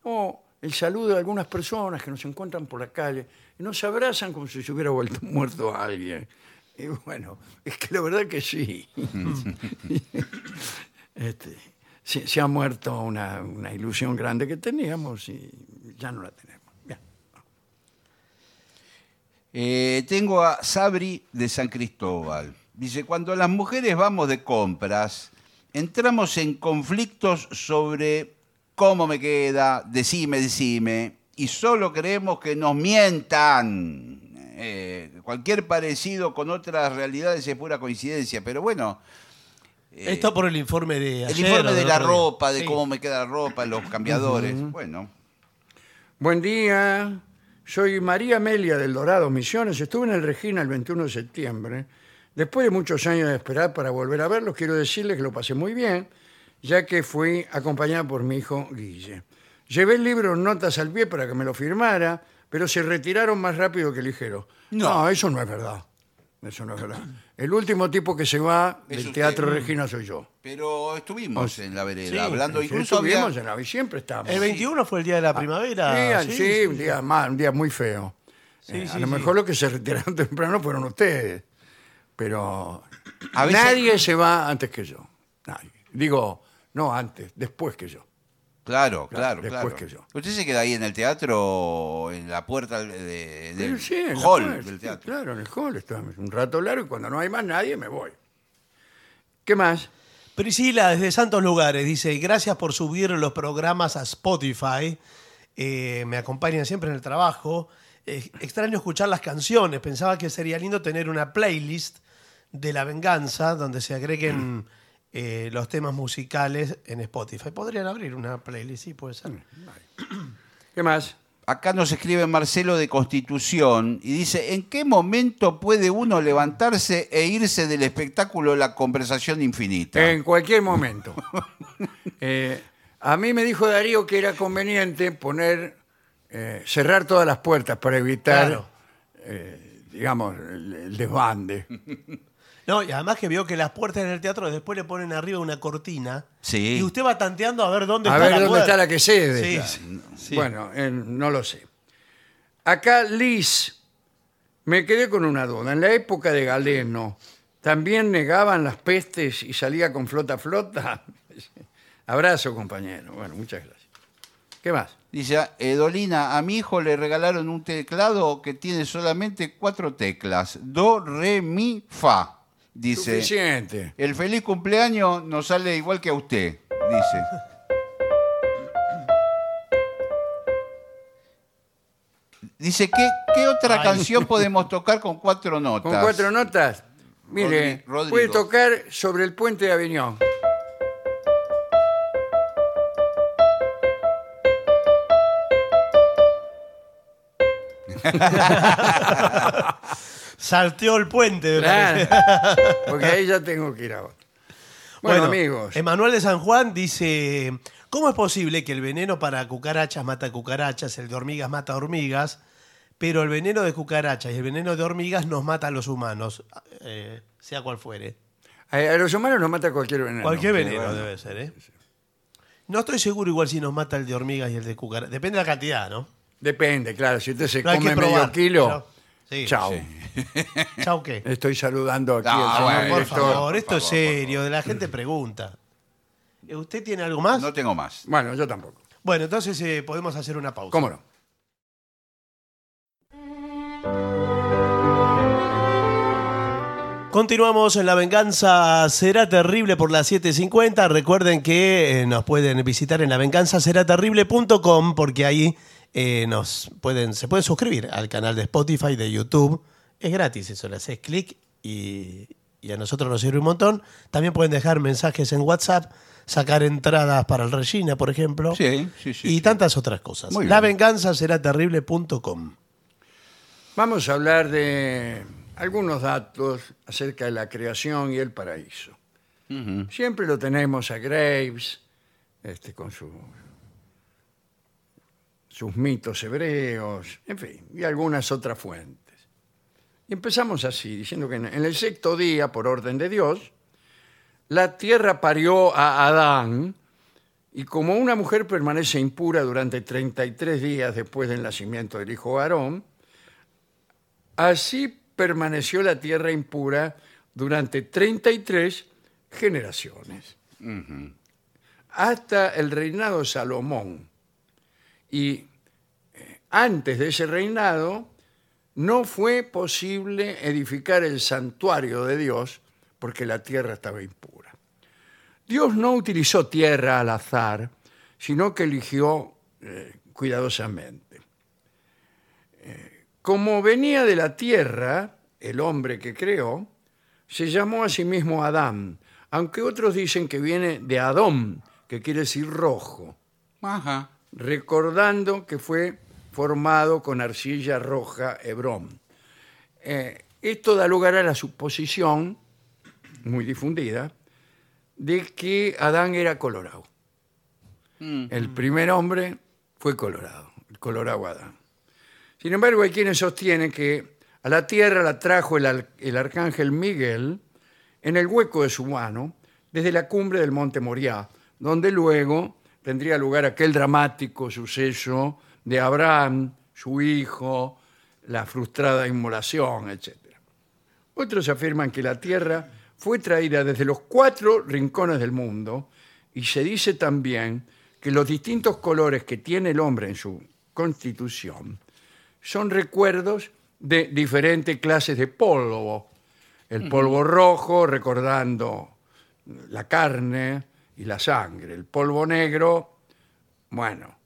[SPEAKER 1] o el saludo de algunas personas que nos encuentran por la calle y nos abrazan como si se hubiera vuelto muerto alguien. Y bueno, es que la verdad que sí. Este, se, se ha muerto una, una ilusión grande que teníamos y ya no la tenemos. Bien.
[SPEAKER 3] Eh, tengo a Sabri de San Cristóbal. Dice, cuando las mujeres vamos de compras, entramos en conflictos sobre cómo me queda, decime, decime, y solo creemos que nos mientan. Eh, cualquier parecido con otras realidades es pura coincidencia, pero bueno, eh,
[SPEAKER 2] Esto por el informe de
[SPEAKER 3] el
[SPEAKER 2] ayer
[SPEAKER 3] informe
[SPEAKER 2] o
[SPEAKER 3] de
[SPEAKER 2] del
[SPEAKER 3] la
[SPEAKER 2] otro día.
[SPEAKER 3] ropa, de
[SPEAKER 2] Sí.
[SPEAKER 3] cómo me queda la ropa, los cambiadores, bueno.
[SPEAKER 1] Buen día, soy María Amelia del Dorado Misiones. Estuve en el Regina el 21 de septiembre. Después de muchos años de esperar para volver a verlos, quiero decirles que lo pasé muy bien, ya que fui acompañada por mi hijo Guille. Llevé el libro en Notas al pie para que me lo firmara, pero se retiraron más rápido que ligero. No, eso no es verdad. Eso no es verdad. El último tipo que se va
[SPEAKER 3] Es
[SPEAKER 1] del
[SPEAKER 3] usted.
[SPEAKER 1] Teatro Regina soy yo.
[SPEAKER 3] Pero estuvimos en la vereda, hablando
[SPEAKER 1] Sí,
[SPEAKER 3] incluso
[SPEAKER 1] estuvimos
[SPEAKER 3] había-
[SPEAKER 1] en la- siempre estamos.
[SPEAKER 2] El 21 fue el día de la primavera.
[SPEAKER 1] Ah, Sí, sí, un, día, mal, un día muy feo. Eh, a
[SPEAKER 2] sí,
[SPEAKER 1] lo
[SPEAKER 2] sí.
[SPEAKER 1] mejor los que se retiraron temprano fueron ustedes. Pero
[SPEAKER 3] A veces-
[SPEAKER 1] nadie se va antes que yo. Nadie. Digo, no antes, después que yo.
[SPEAKER 3] Claro, claro,
[SPEAKER 1] después
[SPEAKER 3] claro.
[SPEAKER 1] que yo.
[SPEAKER 3] Usted se queda ahí en el teatro, en la puerta de- de- del
[SPEAKER 1] Sí, en la
[SPEAKER 3] hall
[SPEAKER 1] puerta,
[SPEAKER 3] del
[SPEAKER 1] sí,
[SPEAKER 3] teatro.
[SPEAKER 1] Claro, en el hall. estamos un rato largo y cuando no hay más nadie me voy. ¿Qué más?
[SPEAKER 2] Priscila, desde Santos Lugares, dice: Gracias por subir los programas a Spotify. Eh, me acompañan siempre en el trabajo. Eh, extraño escuchar las canciones. Pensaba que sería lindo tener una playlist de la venganza donde se agreguen eh, los temas musicales en Spotify. Podrían abrir una playlist, sí, puede ser.
[SPEAKER 1] ¿Qué más?
[SPEAKER 3] Acá nos escribe Marcelo de Constitución y dice, ¿en qué momento puede uno levantarse e irse del espectáculo La Conversación Infinita?
[SPEAKER 1] En cualquier momento. Eh, a mí me dijo Darío que era conveniente poner, eh, cerrar todas las puertas para evitar,
[SPEAKER 2] Claro.
[SPEAKER 1] eh, digamos, el, el desbande.
[SPEAKER 2] No, y además que vio que las puertas en el teatro después le ponen arriba una cortina.
[SPEAKER 3] Sí.
[SPEAKER 2] Y usted va tanteando a ver dónde
[SPEAKER 1] A
[SPEAKER 2] está
[SPEAKER 1] ver
[SPEAKER 2] la
[SPEAKER 1] dónde
[SPEAKER 2] puerta.
[SPEAKER 1] está la que cede.
[SPEAKER 2] Sí,
[SPEAKER 1] claro.
[SPEAKER 2] sí, sí.
[SPEAKER 1] Bueno, eh, no lo sé. Acá Liz, me quedé con una duda. En la época de Galeno, ¿también negaban las pestes y salía con flota flota? Abrazo, compañero. Bueno, muchas gracias. ¿Qué más?
[SPEAKER 3] Dice, Edolina, a mi hijo le regalaron un teclado que tiene solamente cuatro teclas. Do, re, mi, fa. Dice,
[SPEAKER 1] Suficiente.
[SPEAKER 3] el feliz cumpleaños nos sale igual que a usted, dice. Dice, ¿qué, qué otra
[SPEAKER 2] Ay.
[SPEAKER 3] canción podemos tocar con cuatro notas?
[SPEAKER 1] Con cuatro notas. Mire,
[SPEAKER 3] Rodri- Rodrigo.
[SPEAKER 1] puede tocar sobre el puente de Aviñón.
[SPEAKER 2] Salteó el puente. me parece.
[SPEAKER 1] Porque ahí ya tengo que ir a otro. Bueno, amigos.
[SPEAKER 2] Emanuel de San Juan dice: ¿Cómo es posible que el veneno para cucarachas mata cucarachas, el de hormigas mata hormigas, pero el veneno de cucarachas y el veneno de hormigas nos mata a los humanos, eh, sea cual fuere?
[SPEAKER 1] A a los humanos nos mata cualquier veneno.
[SPEAKER 2] Cualquier
[SPEAKER 1] Sí,
[SPEAKER 2] veneno
[SPEAKER 1] bueno.
[SPEAKER 2] debe ser, ¿eh? No estoy seguro igual si nos mata el de hormigas y el de cucarachas. Depende de la cantidad, ¿no?
[SPEAKER 1] Depende, claro. Si usted se
[SPEAKER 2] No hay
[SPEAKER 1] come
[SPEAKER 2] que probar.
[SPEAKER 1] medio kilo,
[SPEAKER 2] Pero- sí.
[SPEAKER 1] chao.
[SPEAKER 2] Chau, ¿qué?
[SPEAKER 1] Estoy saludando aquí
[SPEAKER 3] Ah,
[SPEAKER 1] al señor
[SPEAKER 3] bueno,
[SPEAKER 2] Por
[SPEAKER 1] director.
[SPEAKER 2] favor, esto es
[SPEAKER 3] por favor, por
[SPEAKER 2] serio. De la gente pregunta. ¿Usted tiene algo más?
[SPEAKER 3] No tengo más.
[SPEAKER 1] Bueno, yo tampoco.
[SPEAKER 2] Bueno, entonces eh, podemos hacer una pausa.
[SPEAKER 1] ¿Cómo no?
[SPEAKER 2] Continuamos en La Venganza Será Terrible por las 7.50. Recuerden que eh, nos pueden visitar en lavenganzaseraterrible.com porque ahí eh, nos pueden, se pueden suscribir al canal de Spotify, de YouTube. Es gratis eso, le haces clic y, y a nosotros nos sirve un montón. También pueden dejar mensajes en WhatsApp, sacar entradas para el Regina, por ejemplo.
[SPEAKER 3] Sí, sí, sí,
[SPEAKER 2] Y
[SPEAKER 3] sí.
[SPEAKER 2] tantas otras cosas.
[SPEAKER 3] Muy bien.
[SPEAKER 2] Lavenganzaseraterrible.com.
[SPEAKER 1] Vamos a hablar de algunos datos acerca de la creación y el paraíso. Siempre lo tenemos a Graves, este, con su- sus mitos hebreos, en fin, y algunas otras fuentes. Y empezamos así, diciendo que en en el sexto día, por orden de Dios, la tierra parió a Adán Y como una mujer permanece impura durante 33 días después del nacimiento del hijo varón, así permaneció la tierra impura durante 33 generaciones. Hasta el reinado de Salomón. Y eh, antes de ese reinado, no fue posible edificar el santuario de Dios porque la tierra estaba impura. Dios no utilizó tierra al azar, sino que eligió eh, cuidadosamente. Eh, como venía de la tierra, el hombre que creó, se llamó a sí mismo Adán, aunque otros dicen que viene de Adón, que quiere decir rojo,
[SPEAKER 3] Ajá.
[SPEAKER 1] recordando que fue formado con arcilla roja Hebrón. Eh, esto da lugar a la suposición, muy difundida, de que Adán era colorado.
[SPEAKER 3] Mm.
[SPEAKER 1] El primer hombre fue colorado, el colorado Adán. Sin embargo, hay quienes sostienen que a la tierra la trajo el, al- el arcángel Miguel en el hueco de su mano desde la cumbre del monte Moriá, donde luego tendría lugar aquel dramático suceso de Abraham, su hijo, la frustrada inmolación, etcétera. Otros afirman que la tierra fue traída desde los cuatro rincones del mundo y se dice también que los distintos colores que tiene el hombre en su constitución son recuerdos de diferentes clases de polvo. El polvo rojo recordando la carne y la sangre, el polvo negro, bueno,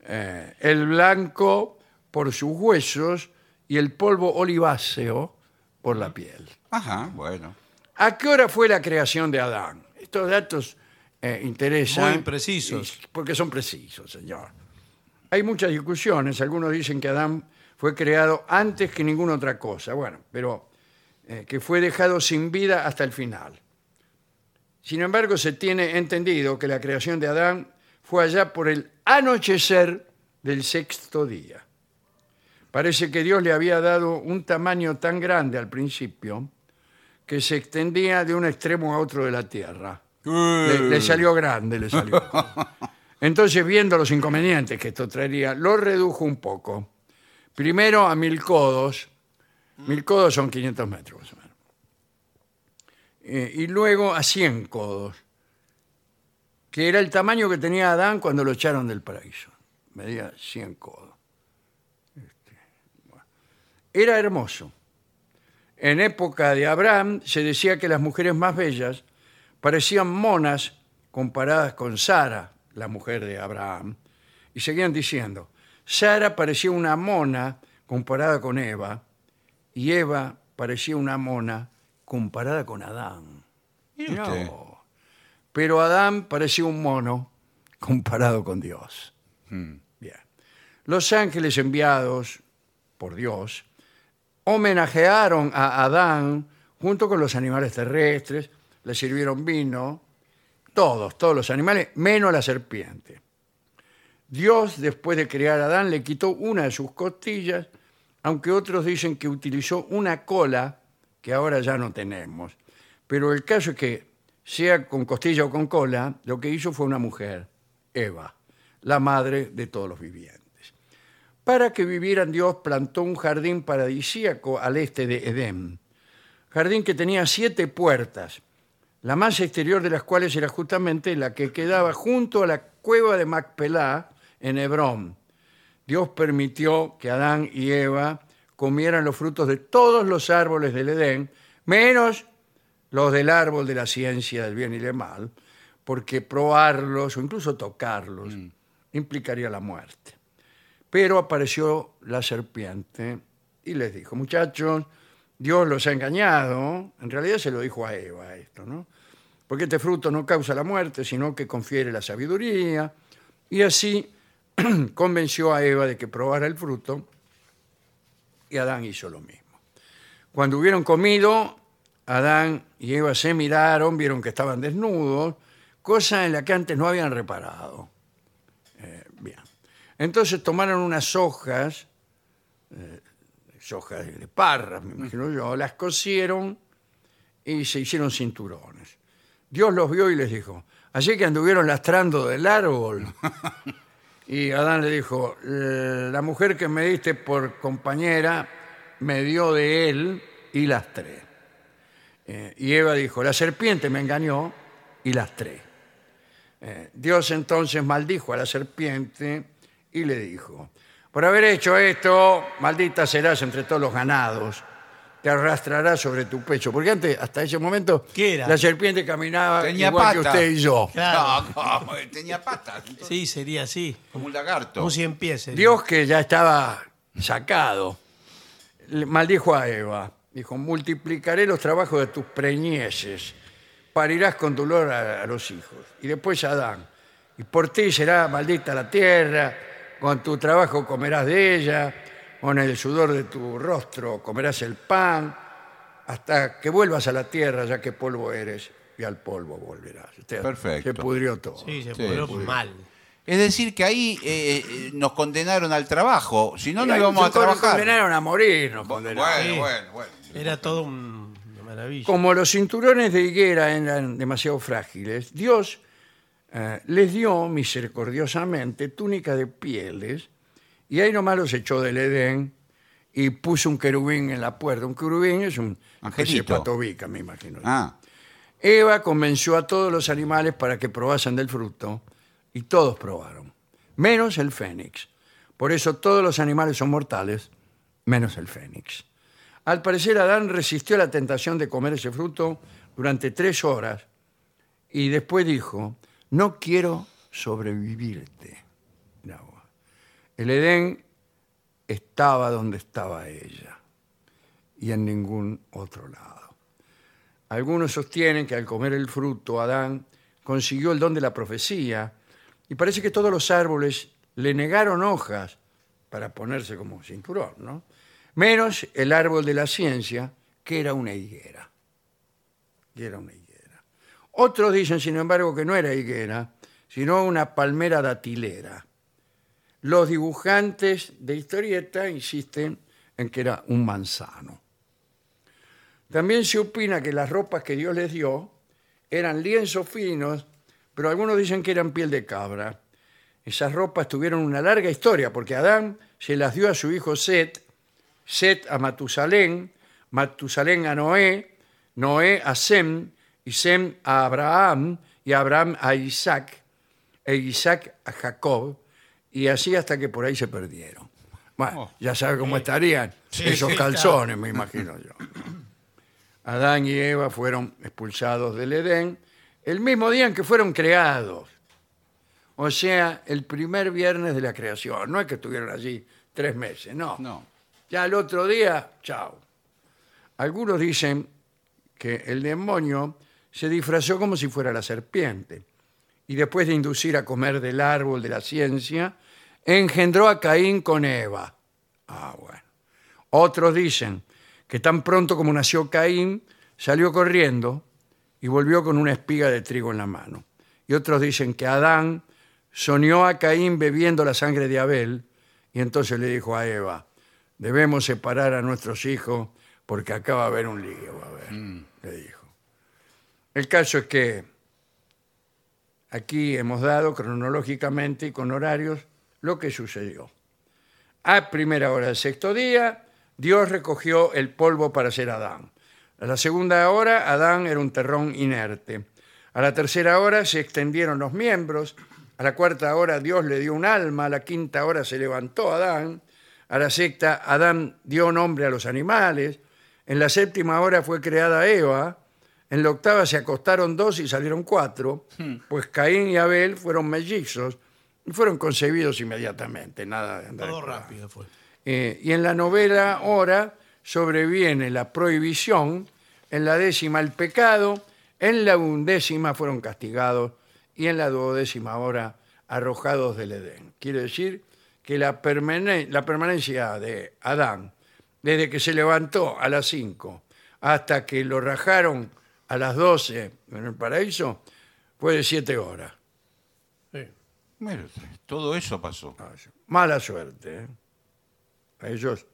[SPEAKER 1] eh, el blanco por sus huesos y el polvo oliváceo por la piel.
[SPEAKER 3] Ajá, bueno.
[SPEAKER 1] ¿A qué hora fue la creación de Adán? Estos datos eh, interesan.
[SPEAKER 2] Muy precisos.
[SPEAKER 1] y- Porque son precisos, señor. Hay muchas discusiones. Algunos dicen que Adán fue creado antes que ninguna otra cosa. Bueno, pero eh, que fue dejado sin vida hasta el final. Sin embargo, se tiene entendido que la creación de Adán fue allá por el anochecer del sexto día. Parece que Dios le había dado un tamaño tan grande al principio que se extendía de un extremo a otro de la tierra. Le, le salió grande, le salió. Entonces, viendo los inconvenientes que esto traería, lo redujo un poco. Primero a mil codos. Mil codos son 500 metros. más o menos. Eh, y luego a 100 codos, que era el tamaño que tenía Adán cuando lo echaron del paraíso. Medía 100 codos. Este, bueno. Era hermoso. En época de Abraham se decía que las mujeres más bellas parecían monas comparadas con Sara, la mujer de Abraham, y seguían diciendo, Sara parecía una mona comparada con Eva, y Eva parecía una mona comparada con Adán.
[SPEAKER 3] Mire
[SPEAKER 1] Mirá
[SPEAKER 3] usted.
[SPEAKER 1] vos. Pero Adán parecía un mono comparado con Dios.
[SPEAKER 3] Mm.
[SPEAKER 1] Bien. Los ángeles enviados por Dios homenajearon a Adán junto con los animales terrestres, le sirvieron vino, todos, todos los animales, menos la serpiente. Dios, después de crear a Adán, le quitó una de sus costillas, aunque otros dicen que utilizó una cola que ahora ya no tenemos. Pero el caso es que, sea con costilla o con cola, lo que hizo fue una mujer, Eva, la madre de todos los vivientes. Para que vivieran, Dios plantó un jardín paradisíaco al este de Edén, jardín que tenía siete puertas, la más exterior de las cuales era justamente la que quedaba junto a la cueva de Macpelá en Hebrón. Dios permitió que Adán y Eva comieran los frutos de todos los árboles del Edén, menos los del árbol de la ciencia del bien y del mal, porque probarlos o incluso tocarlos implicaría la muerte. Pero apareció la serpiente y les dijo, muchachos, Dios los ha engañado. En realidad se lo dijo a Eva esto, ¿no? Porque este fruto no causa la muerte, sino que confiere la sabiduría. Y así convenció a Eva de que probara el fruto y Adán hizo lo mismo. Cuando hubieron comido, Adán y Eva se miraron, vieron que estaban desnudos, cosa en la que antes no habían reparado. Eh, bien. Entonces tomaron unas hojas, eh, hojas de parras, me imagino yo, las cosieron y se hicieron cinturones. Dios los vio y les dijo, Así que anduvieron lastrando del árbol. Y Adán le dijo, la mujer que me diste por compañera me dio de él y lastré. Eh, y Eva dijo, la serpiente me engañó y lastré. Eh, Dios entonces maldijo a la serpiente y le dijo, por haber hecho esto, maldita serás entre todos los ganados, te arrastrarás sobre tu pecho. Porque antes, hasta ese momento,
[SPEAKER 2] ¿Qué era?
[SPEAKER 1] la serpiente caminaba
[SPEAKER 3] Tenía
[SPEAKER 1] igual que
[SPEAKER 3] pata.
[SPEAKER 1] usted y yo.
[SPEAKER 2] Claro.
[SPEAKER 3] No, ¿cómo? tenía patas.
[SPEAKER 2] Sí, sería así.
[SPEAKER 3] Como un lagarto.
[SPEAKER 2] Un 100 pies. sería.
[SPEAKER 1] Dios que ya estaba sacado, le maldijo a Eva. Dijo, multiplicaré los trabajos de tus preñeces, parirás con dolor a, a los hijos. Y después Adán, y por ti será maldita la tierra, con tu trabajo comerás de ella, con el sudor de tu rostro comerás el pan, hasta que vuelvas a la tierra, ya que polvo eres, y al polvo volverás. O sea,
[SPEAKER 3] Perfecto.
[SPEAKER 1] Se pudrió todo.
[SPEAKER 2] Sí, se
[SPEAKER 3] Sí,
[SPEAKER 2] pudrió
[SPEAKER 3] sí.
[SPEAKER 2] mal.
[SPEAKER 3] Es decir, que ahí eh, eh, nos condenaron al trabajo. Si no,
[SPEAKER 1] Y
[SPEAKER 3] no
[SPEAKER 1] ahí
[SPEAKER 3] íbamos a
[SPEAKER 1] nos con-
[SPEAKER 3] trabajar.
[SPEAKER 1] condenaron a morir, nos
[SPEAKER 3] Bueno,
[SPEAKER 1] condenaron.
[SPEAKER 2] Sí.
[SPEAKER 3] bueno, bueno.
[SPEAKER 2] Era todo un- una maravilla.
[SPEAKER 1] Como los cinturones de higuera eran demasiado frágiles, Dios eh, les dio misericordiosamente túnicas de pieles y ahí nomás los echó del Edén y puso un querubín en la puerta. Un querubín es un especie de
[SPEAKER 3] Angelito.
[SPEAKER 1] patobica, me imagino.
[SPEAKER 3] Ah,
[SPEAKER 1] Eva convenció a todos los animales para que probasen del fruto y todos probaron, menos el fénix. Por eso todos los animales son mortales, menos el fénix. Al parecer Adán resistió la tentación de comer ese fruto durante tres horas y después dijo, no quiero sobrevivirte. Mirá vos. El Edén estaba donde estaba ella y en ningún otro lado. Algunos sostienen que al comer el fruto, Adán consiguió el don de la profecía y parece que todos los árboles le negaron hojas para ponerse como cinturón, ¿no? Menos el árbol de la ciencia, que era una higuera. Y era una higuera. Otros dicen, sin embargo, que no era higuera, sino una palmera datilera. Los dibujantes de historieta insisten en que era un manzano. También se opina que las ropas que Dios les dio eran lienzos finos, pero algunos dicen que eran piel de cabra. Esas ropas tuvieron una larga historia, porque Adán se las dio a su hijo Set, Set a Matusalén, Matusalén a Noé, Noé a Sem, y Sem a Abraham, y Abraham a Isaac, e Isaac a Jacob, y así hasta que por ahí se perdieron. Bueno,
[SPEAKER 3] Oh.
[SPEAKER 1] ya sabe cómo estarían
[SPEAKER 2] Sí,
[SPEAKER 1] esos
[SPEAKER 2] sí,
[SPEAKER 1] calzones, me imagino yo. Adán y Eva fueron expulsados del Edén el mismo día en que fueron creados. O sea, el primer viernes de la creación. No es que estuvieron allí tres meses, no.
[SPEAKER 3] no.
[SPEAKER 1] Ya el otro día, chao. Algunos dicen que el demonio se disfrazó como si fuera la serpiente y después de inducir a comer del árbol de la ciencia, engendró a Caín con Eva. Ah, bueno. Otros dicen que tan pronto como nació Caín, salió corriendo y volvió con una espiga de trigo en la mano. Y otros dicen que Adán soñó a Caín bebiendo la sangre de Abel y entonces le dijo a Eva, debemos separar a nuestros hijos porque acá va a haber un lío, va a haber", le dijo. El caso es que aquí hemos dado cronológicamente y con horarios lo que sucedió. A primera hora del sexto día, Dios recogió el polvo para ser Adán. A la segunda hora, Adán era un terrón inerte. A la tercera hora se extendieron los miembros. A la cuarta hora Dios le dio un alma. A la quinta hora se levantó Adán. A la sexta, Adán dio nombre a los animales. En la séptima hora fue creada Eva. En la octava se acostaron dos y salieron cuatro,
[SPEAKER 2] Hmm.
[SPEAKER 1] pues Caín y Abel fueron mellizos y fueron concebidos inmediatamente, nada de andar
[SPEAKER 2] Todo
[SPEAKER 1] esperando.
[SPEAKER 2] rápido fue.
[SPEAKER 1] Eh, y en la novela hora sobreviene la prohibición, en la décima el pecado, en la undécima fueron castigados y en la duodécima hora arrojados del Edén. Quiere decir que la, permane- la permanencia de Adán, desde que se levantó a las 5 hasta que lo rajaron a las 12 en el paraíso, fue de 7 horas.
[SPEAKER 2] Sí.
[SPEAKER 3] Mira, todo eso pasó.
[SPEAKER 1] Mala suerte. ¿eh? A ellos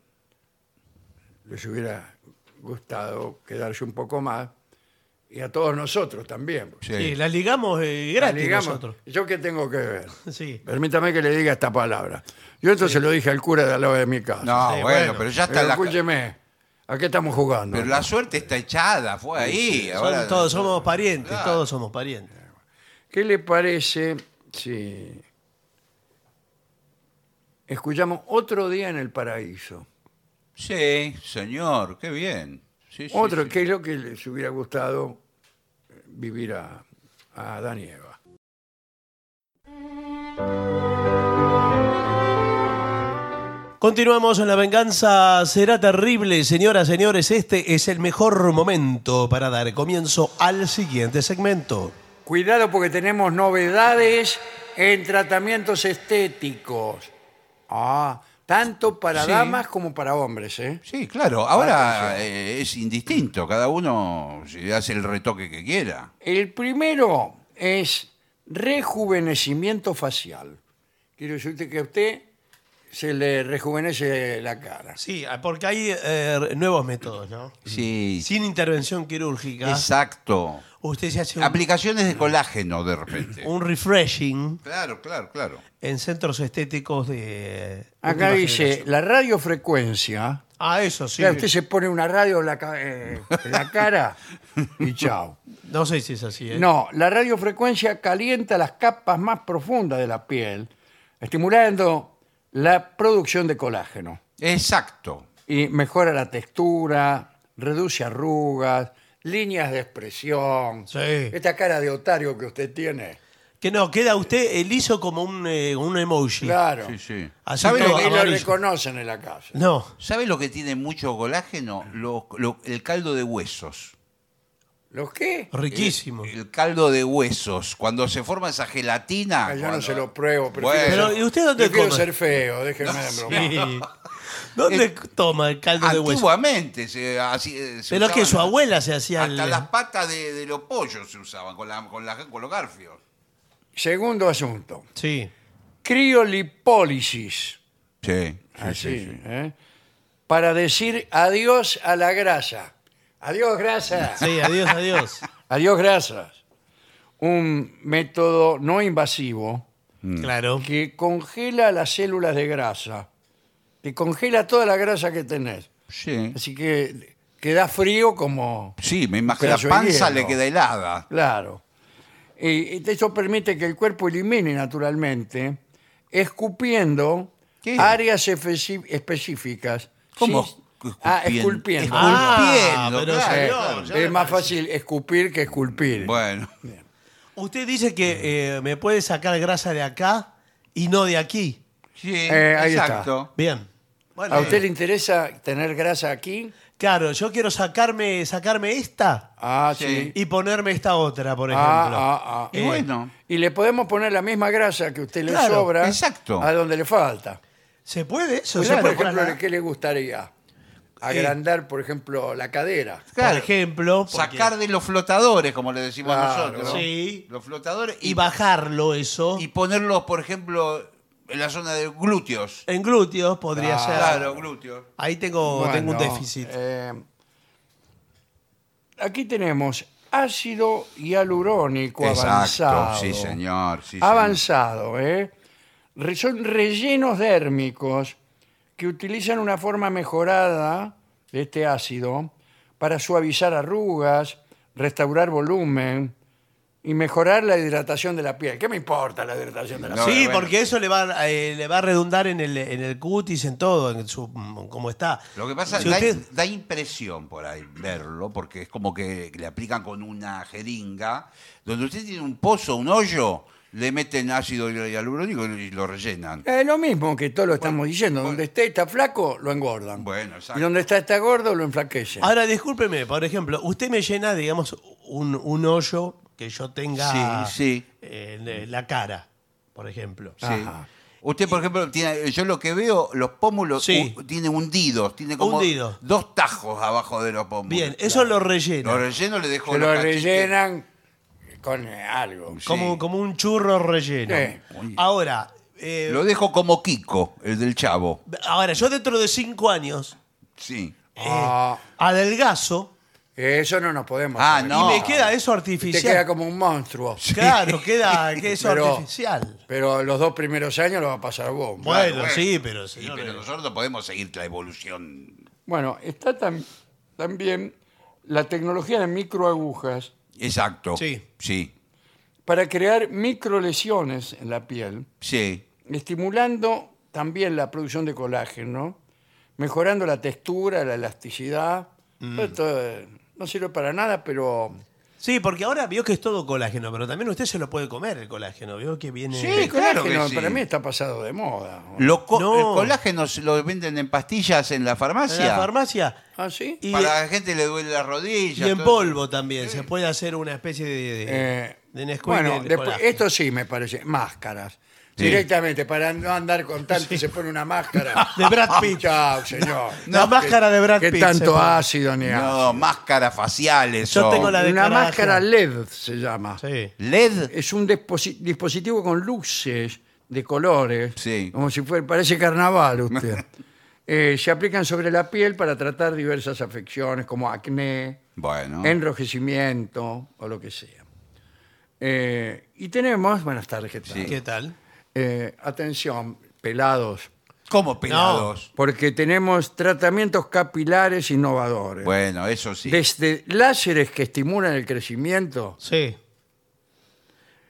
[SPEAKER 1] les hubiera gustado quedarse un poco más y a todos nosotros también.
[SPEAKER 3] Sí.
[SPEAKER 2] Sí, la ligamos eh, gratis
[SPEAKER 1] Digamos,
[SPEAKER 2] nosotros.
[SPEAKER 1] ¿Yo qué tengo que ver?
[SPEAKER 2] Sí.
[SPEAKER 1] Permítame que le diga esta palabra. Yo esto se lo dije al cura de al lado de mi casa.
[SPEAKER 3] No,
[SPEAKER 2] Sí,
[SPEAKER 3] bueno,
[SPEAKER 2] bueno.
[SPEAKER 3] pero ya está
[SPEAKER 1] Pero
[SPEAKER 3] la.
[SPEAKER 1] escúcheme, ¿a qué estamos jugando?
[SPEAKER 3] Pero la suerte está echada, fue ahí.
[SPEAKER 2] Son
[SPEAKER 3] ahora-
[SPEAKER 2] todos somos parientes,
[SPEAKER 3] Claro.
[SPEAKER 2] todos somos parientes.
[SPEAKER 1] ¿Qué le parece si escuchamos otro día en el paraíso?
[SPEAKER 3] Sí, señor, qué bien. Sí, sí,
[SPEAKER 1] Otro,
[SPEAKER 3] sí.
[SPEAKER 1] que es lo que les hubiera gustado eh, vivir a, a Adán y Eva.
[SPEAKER 2] Continuamos en la venganza. Será terrible, señoras, señores. Este es el mejor momento para dar comienzo al siguiente segmento.
[SPEAKER 1] Cuidado porque tenemos novedades en tratamientos estéticos. Ah, tanto para
[SPEAKER 3] Sí.
[SPEAKER 1] damas como para hombres, ¿eh?
[SPEAKER 3] Sí, claro. Ahora eh, es indistinto. Cada uno se hace el retoque que quiera.
[SPEAKER 1] El primero es rejuvenecimiento facial. Quiero decirte que a usted se le rejuvenece la cara.
[SPEAKER 2] Sí, porque hay eh, nuevos métodos, ¿no?
[SPEAKER 3] Sí,
[SPEAKER 2] Sin intervención quirúrgica,
[SPEAKER 3] exacto.
[SPEAKER 2] usted se hace ah. un, Mm.
[SPEAKER 3] Aplicaciones de colágeno de repente.
[SPEAKER 2] un refreshing
[SPEAKER 3] Claro, claro, claro.
[SPEAKER 2] en centros estéticos de.
[SPEAKER 1] Acá
[SPEAKER 2] última
[SPEAKER 1] dice,
[SPEAKER 2] generación.
[SPEAKER 1] la radiofrecuencia.
[SPEAKER 2] Ah, eso sí.
[SPEAKER 1] Claro, usted se pone una radio en la, ca- eh, en la cara y chao.
[SPEAKER 2] No sé si es así. ¿eh?
[SPEAKER 1] No, la radiofrecuencia calienta las capas más profundas de la piel, estimulando la producción de colágeno.
[SPEAKER 3] Exacto.
[SPEAKER 1] y mejora la textura, reduce arrugas, líneas de expresión.
[SPEAKER 2] Sí.
[SPEAKER 1] Esta cara de otario que usted tiene.
[SPEAKER 2] Que no, queda usted el liso como un, eh, un emoji.
[SPEAKER 1] Claro.
[SPEAKER 3] Sí, sí.
[SPEAKER 2] Así
[SPEAKER 1] ¿Sabe
[SPEAKER 3] ¿Sabe
[SPEAKER 2] todo
[SPEAKER 1] lo
[SPEAKER 3] lo,
[SPEAKER 1] que lo
[SPEAKER 2] amarillo.
[SPEAKER 1] reconocen en la casa?
[SPEAKER 2] No.
[SPEAKER 3] sabe lo que tiene mucho colágeno? Lo- lo- el caldo de huesos.
[SPEAKER 1] ¿Los qué?
[SPEAKER 2] Riquísimo.
[SPEAKER 1] Eh,
[SPEAKER 3] El caldo de huesos. Cuando se forma esa gelatina.
[SPEAKER 1] Ah, yo no
[SPEAKER 3] cuando-
[SPEAKER 1] se lo pruebo. Prefiero,
[SPEAKER 3] Bueno,
[SPEAKER 2] Pero, ¿y usted dónde
[SPEAKER 1] prefiero
[SPEAKER 2] come?
[SPEAKER 1] ser feo, déjenme de bromar.
[SPEAKER 2] Sí. ¿Dónde
[SPEAKER 1] Eh,
[SPEAKER 2] toma el caldo de hueso?
[SPEAKER 3] antiguamente se, así, eh, se
[SPEAKER 2] Pero es que
[SPEAKER 3] usaban
[SPEAKER 2] su abuela se hacía
[SPEAKER 3] Hasta
[SPEAKER 2] el-
[SPEAKER 3] las patas de, de los pollos se usaban con, la- con, la- con los garfios.
[SPEAKER 1] Segundo asunto.
[SPEAKER 2] Sí.
[SPEAKER 1] Criolipólisis.
[SPEAKER 3] Sí.
[SPEAKER 1] Así, ¿eh? Para decir adiós a la grasa. Adiós, grasa.
[SPEAKER 2] Sí, adiós, adiós.
[SPEAKER 1] Adiós, grasas. Un método no invasivo
[SPEAKER 2] Claro.
[SPEAKER 1] que congela las células de grasa. Te congela toda la grasa que tenés.
[SPEAKER 3] Sí.
[SPEAKER 1] Así que queda frío como...
[SPEAKER 3] Sí, me
[SPEAKER 1] Un
[SPEAKER 3] imagino. La
[SPEAKER 1] pedazo de
[SPEAKER 3] panza
[SPEAKER 1] hielo.
[SPEAKER 3] le queda helada.
[SPEAKER 1] Claro. Y y eso permite que el cuerpo elimine naturalmente, escupiendo
[SPEAKER 3] ¿Qué?
[SPEAKER 1] áreas efeci- específicas.
[SPEAKER 3] ¿Cómo?
[SPEAKER 1] Sí. Ah, esculpiendo.
[SPEAKER 2] Ah,
[SPEAKER 1] Ah,
[SPEAKER 2] pero
[SPEAKER 3] claro.
[SPEAKER 1] eh,
[SPEAKER 2] señor, ya
[SPEAKER 1] es
[SPEAKER 2] me
[SPEAKER 1] más
[SPEAKER 2] pareció.
[SPEAKER 1] fácil escupir que esculpir.
[SPEAKER 3] Bueno,
[SPEAKER 2] Usted dice que eh, me puede sacar grasa de acá y no de aquí.
[SPEAKER 3] sí,
[SPEAKER 1] Eh, ahí está.
[SPEAKER 3] exacto.
[SPEAKER 2] Bien. Bueno,
[SPEAKER 1] ¿A usted le interesa tener grasa aquí?
[SPEAKER 2] Claro, yo quiero sacarme, sacarme esta
[SPEAKER 1] Ah, sí.
[SPEAKER 3] Sí.
[SPEAKER 2] y ponerme esta otra, por ejemplo.
[SPEAKER 1] Ah, ah, ah.
[SPEAKER 2] Eh,
[SPEAKER 3] Y bueno,
[SPEAKER 1] Y le podemos poner la misma grasa que a usted le
[SPEAKER 2] Claro,
[SPEAKER 1] sobra
[SPEAKER 3] exacto.
[SPEAKER 1] a donde le falta.
[SPEAKER 2] ¿Se puede eso?
[SPEAKER 1] Usted,
[SPEAKER 2] ¿Se
[SPEAKER 1] por
[SPEAKER 2] puede
[SPEAKER 1] ejemplo,
[SPEAKER 2] trasladar?
[SPEAKER 1] ¿qué le gustaría? Agrandar, por ejemplo, la cadera.
[SPEAKER 3] Claro.
[SPEAKER 2] Por ejemplo. porque-
[SPEAKER 3] Sacar de los flotadores, como le decimos
[SPEAKER 1] Claro.
[SPEAKER 3] nosotros.
[SPEAKER 2] Sí.
[SPEAKER 3] Los flotadores y,
[SPEAKER 2] Y bajarlo eso.
[SPEAKER 3] y ponerlos, por ejemplo, en la zona de glúteos.
[SPEAKER 2] En glúteos podría ser.
[SPEAKER 3] Claro, glúteos.
[SPEAKER 2] Ahí tengo,
[SPEAKER 1] Bueno,
[SPEAKER 2] tengo un déficit.
[SPEAKER 1] eh, aquí tenemos ácido hialurónico avanzado.
[SPEAKER 3] Exacto, sí, señor. sí,
[SPEAKER 1] avanzado, ¿eh? Re- Son rellenos dérmicos que utilizan una forma mejorada de este ácido para suavizar arrugas, restaurar volumen y mejorar la hidratación de la piel. ¿Qué me importa la hidratación de la
[SPEAKER 3] No,
[SPEAKER 1] piel?
[SPEAKER 2] sí,
[SPEAKER 3] bueno.
[SPEAKER 2] porque eso le va, eh, le va a redundar en el, en el cutis, en todo, en su, mm, cómo está.
[SPEAKER 3] Lo que pasa es
[SPEAKER 2] Si
[SPEAKER 3] que da,
[SPEAKER 2] usted-
[SPEAKER 3] da impresión por ahí verlo, porque es como que le aplican con una jeringa, donde usted tiene un pozo, un hoyo, le meten ácido hialurónico y lo rellenan.
[SPEAKER 1] Es lo mismo que todo lo estamos diciendo. Donde esté está flaco, lo engordan.
[SPEAKER 3] Bueno, exacto.
[SPEAKER 1] Y donde está está gordo, lo enflaquecen.
[SPEAKER 2] Ahora, discúlpeme, por ejemplo, usted me llena, digamos, un, un hoyo que yo tenga
[SPEAKER 3] Sí, sí. Ah,
[SPEAKER 2] en eh, la cara, por ejemplo.
[SPEAKER 3] Sí.
[SPEAKER 1] Ajá.
[SPEAKER 3] Usted, por ejemplo, tiene, yo lo que veo, los pómulos
[SPEAKER 2] Sí.
[SPEAKER 3] u- tiene hundidos, tiene como
[SPEAKER 2] Hundido.
[SPEAKER 3] dos tajos abajo de los pómulos.
[SPEAKER 2] Bien, eso lo rellena.
[SPEAKER 3] Lo relleno le dejo
[SPEAKER 1] Se lo
[SPEAKER 3] los cachetes.
[SPEAKER 1] rellenan con eh, algo.
[SPEAKER 2] como,
[SPEAKER 3] sí.
[SPEAKER 2] como un churro relleno.
[SPEAKER 1] Sí.
[SPEAKER 3] Uy.
[SPEAKER 2] Ahora, eh,
[SPEAKER 3] Lo dejo como Kiko, el del chavo.
[SPEAKER 2] ahora, yo dentro de cinco años
[SPEAKER 3] Sí.
[SPEAKER 2] eh,
[SPEAKER 1] Ah.
[SPEAKER 2] adelgazo
[SPEAKER 1] Eso no nos podemos.
[SPEAKER 3] Ah,
[SPEAKER 1] comer.
[SPEAKER 3] No.
[SPEAKER 2] Y me queda eso
[SPEAKER 1] Te queda
[SPEAKER 2] artificial.
[SPEAKER 1] como un monstruo.
[SPEAKER 2] Claro, queda que eso
[SPEAKER 1] Pero-
[SPEAKER 2] artificial.
[SPEAKER 1] Pero los dos primeros años lo va a pasar vos.
[SPEAKER 2] Bueno,
[SPEAKER 3] bueno.
[SPEAKER 2] sí, pero eh, sí.
[SPEAKER 3] Sí, pero nosotros no podemos seguir la evolución.
[SPEAKER 1] Bueno, está tam- también la tecnología de microagujas
[SPEAKER 3] Exacto.
[SPEAKER 2] Sí.
[SPEAKER 3] Sí.
[SPEAKER 1] para crear microlesiones en la piel,
[SPEAKER 3] Sí.
[SPEAKER 1] estimulando también la producción de colágeno, mejorando la textura, la elasticidad.
[SPEAKER 2] Mm.
[SPEAKER 1] Todo esto eh, no sirve para nada, pero
[SPEAKER 2] Sí, porque ahora vio que es todo colágeno, pero también usted se lo puede comer el colágeno. Vio que viene.
[SPEAKER 3] Sí.
[SPEAKER 1] el
[SPEAKER 3] claro que
[SPEAKER 1] colágeno
[SPEAKER 3] sí.
[SPEAKER 1] para mí está pasado de moda.
[SPEAKER 3] Lo co-
[SPEAKER 2] No.
[SPEAKER 3] El colágeno se lo venden en pastillas en la
[SPEAKER 2] En
[SPEAKER 3] farmacia.
[SPEAKER 2] la farmacia.
[SPEAKER 1] ¿Ah, sí?
[SPEAKER 2] Y,
[SPEAKER 3] Para la gente le duele la
[SPEAKER 2] y
[SPEAKER 3] rodilla.
[SPEAKER 2] en
[SPEAKER 3] todo-
[SPEAKER 2] polvo también. Se puede hacer una especie de. de,
[SPEAKER 1] Eh,
[SPEAKER 2] de Nesquik
[SPEAKER 1] bueno,
[SPEAKER 2] de
[SPEAKER 1] después-
[SPEAKER 2] colágeno.
[SPEAKER 1] esto sí me parece, máscaras.
[SPEAKER 3] Sí.
[SPEAKER 1] Directamente, para no andar con tanto, se pone una máscara.
[SPEAKER 2] De Brad Pitt.
[SPEAKER 1] Chao, señor.
[SPEAKER 2] La máscara de Brad
[SPEAKER 1] que
[SPEAKER 2] Pitt. se
[SPEAKER 1] tanto
[SPEAKER 2] pone.
[SPEAKER 1] ácido ni ácido.
[SPEAKER 3] No, máscaras faciales.
[SPEAKER 2] Ah, Yo
[SPEAKER 3] son.
[SPEAKER 2] tengo la Eh, de
[SPEAKER 1] Una
[SPEAKER 2] carajo.
[SPEAKER 1] máscara LED se llama.
[SPEAKER 2] Sí.
[SPEAKER 3] LED.
[SPEAKER 1] Es un disposi- dispositivo con luces de colores.
[SPEAKER 3] Sí.
[SPEAKER 1] Como si fuera, parece carnaval usted. Eh, se aplican sobre la piel para tratar diversas afecciones como acné,
[SPEAKER 3] Bueno.
[SPEAKER 1] enrojecimiento o lo que sea. Eh, y tenemos, buenas tardes, ¿qué tal?
[SPEAKER 3] Sí.
[SPEAKER 2] ¿Qué tal?
[SPEAKER 1] Eh, atención, pelados,
[SPEAKER 3] ¿Cómo pelados?
[SPEAKER 1] porque tenemos tratamientos capilares innovadores.
[SPEAKER 3] Bueno, eso sí.
[SPEAKER 1] Desde láseres que estimulan el crecimiento.
[SPEAKER 2] Sí.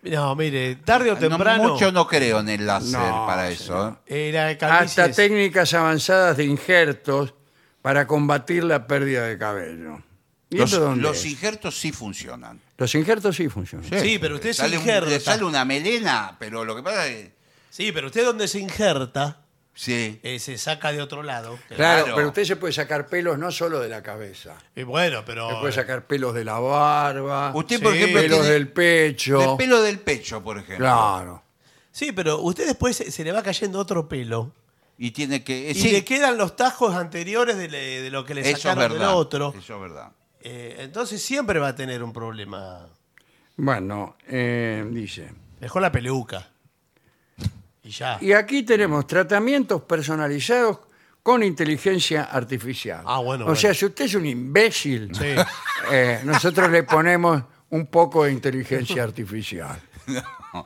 [SPEAKER 2] No, mire, tarde o
[SPEAKER 3] No,
[SPEAKER 2] temprano.
[SPEAKER 3] mucho no creo en el láser
[SPEAKER 1] No,
[SPEAKER 3] para eso.
[SPEAKER 1] señor.
[SPEAKER 3] ¿eh?
[SPEAKER 2] eh, la calvicie
[SPEAKER 1] hasta
[SPEAKER 2] es-
[SPEAKER 1] técnicas avanzadas de injertos para combatir la pérdida de cabello. ¿Y
[SPEAKER 3] Los,
[SPEAKER 1] esto dónde
[SPEAKER 3] los
[SPEAKER 1] es?
[SPEAKER 3] injertos sí funcionan.
[SPEAKER 1] Los injertos sí funcionan.
[SPEAKER 2] Sí, pero usted
[SPEAKER 3] Le
[SPEAKER 2] se
[SPEAKER 3] sale, un-
[SPEAKER 2] injerta.
[SPEAKER 3] le sale una melena, pero lo que pasa es que.
[SPEAKER 2] Sí, pero usted donde se injerta,
[SPEAKER 3] Sí.
[SPEAKER 2] eh, se saca de otro lado.
[SPEAKER 1] Claro,
[SPEAKER 3] claro.
[SPEAKER 1] pero usted se puede sacar pelos no solo de la cabeza,
[SPEAKER 2] Y bueno, pero.
[SPEAKER 1] se puede sacar pelos de la barba,
[SPEAKER 3] Usted, por
[SPEAKER 2] Sí,
[SPEAKER 3] ejemplo,
[SPEAKER 1] pelos
[SPEAKER 3] tiene-
[SPEAKER 1] Ah, del pecho.
[SPEAKER 3] del pelo del pecho, por ejemplo.
[SPEAKER 1] Claro.
[SPEAKER 2] Sí, pero usted después se, se le va cayendo otro pelo.
[SPEAKER 3] Y tiene que. eh,
[SPEAKER 2] Y
[SPEAKER 3] sí,
[SPEAKER 2] le quedan los tajos anteriores de, le- de lo que le
[SPEAKER 3] eso es
[SPEAKER 2] sacaron del
[SPEAKER 3] verdad.
[SPEAKER 2] otro.
[SPEAKER 3] Eso es verdad.
[SPEAKER 2] Eh, entonces siempre va a tener un problema.
[SPEAKER 1] Bueno, eh, dice.
[SPEAKER 2] Dejó la peluca. Y ya.
[SPEAKER 1] Y aquí tenemos tratamientos personalizados con inteligencia artificial.
[SPEAKER 2] Ah, bueno,
[SPEAKER 1] O
[SPEAKER 2] bueno.
[SPEAKER 1] sea, si usted es un imbécil,
[SPEAKER 2] Sí.
[SPEAKER 1] eh, nosotros le ponemos un poco de inteligencia artificial.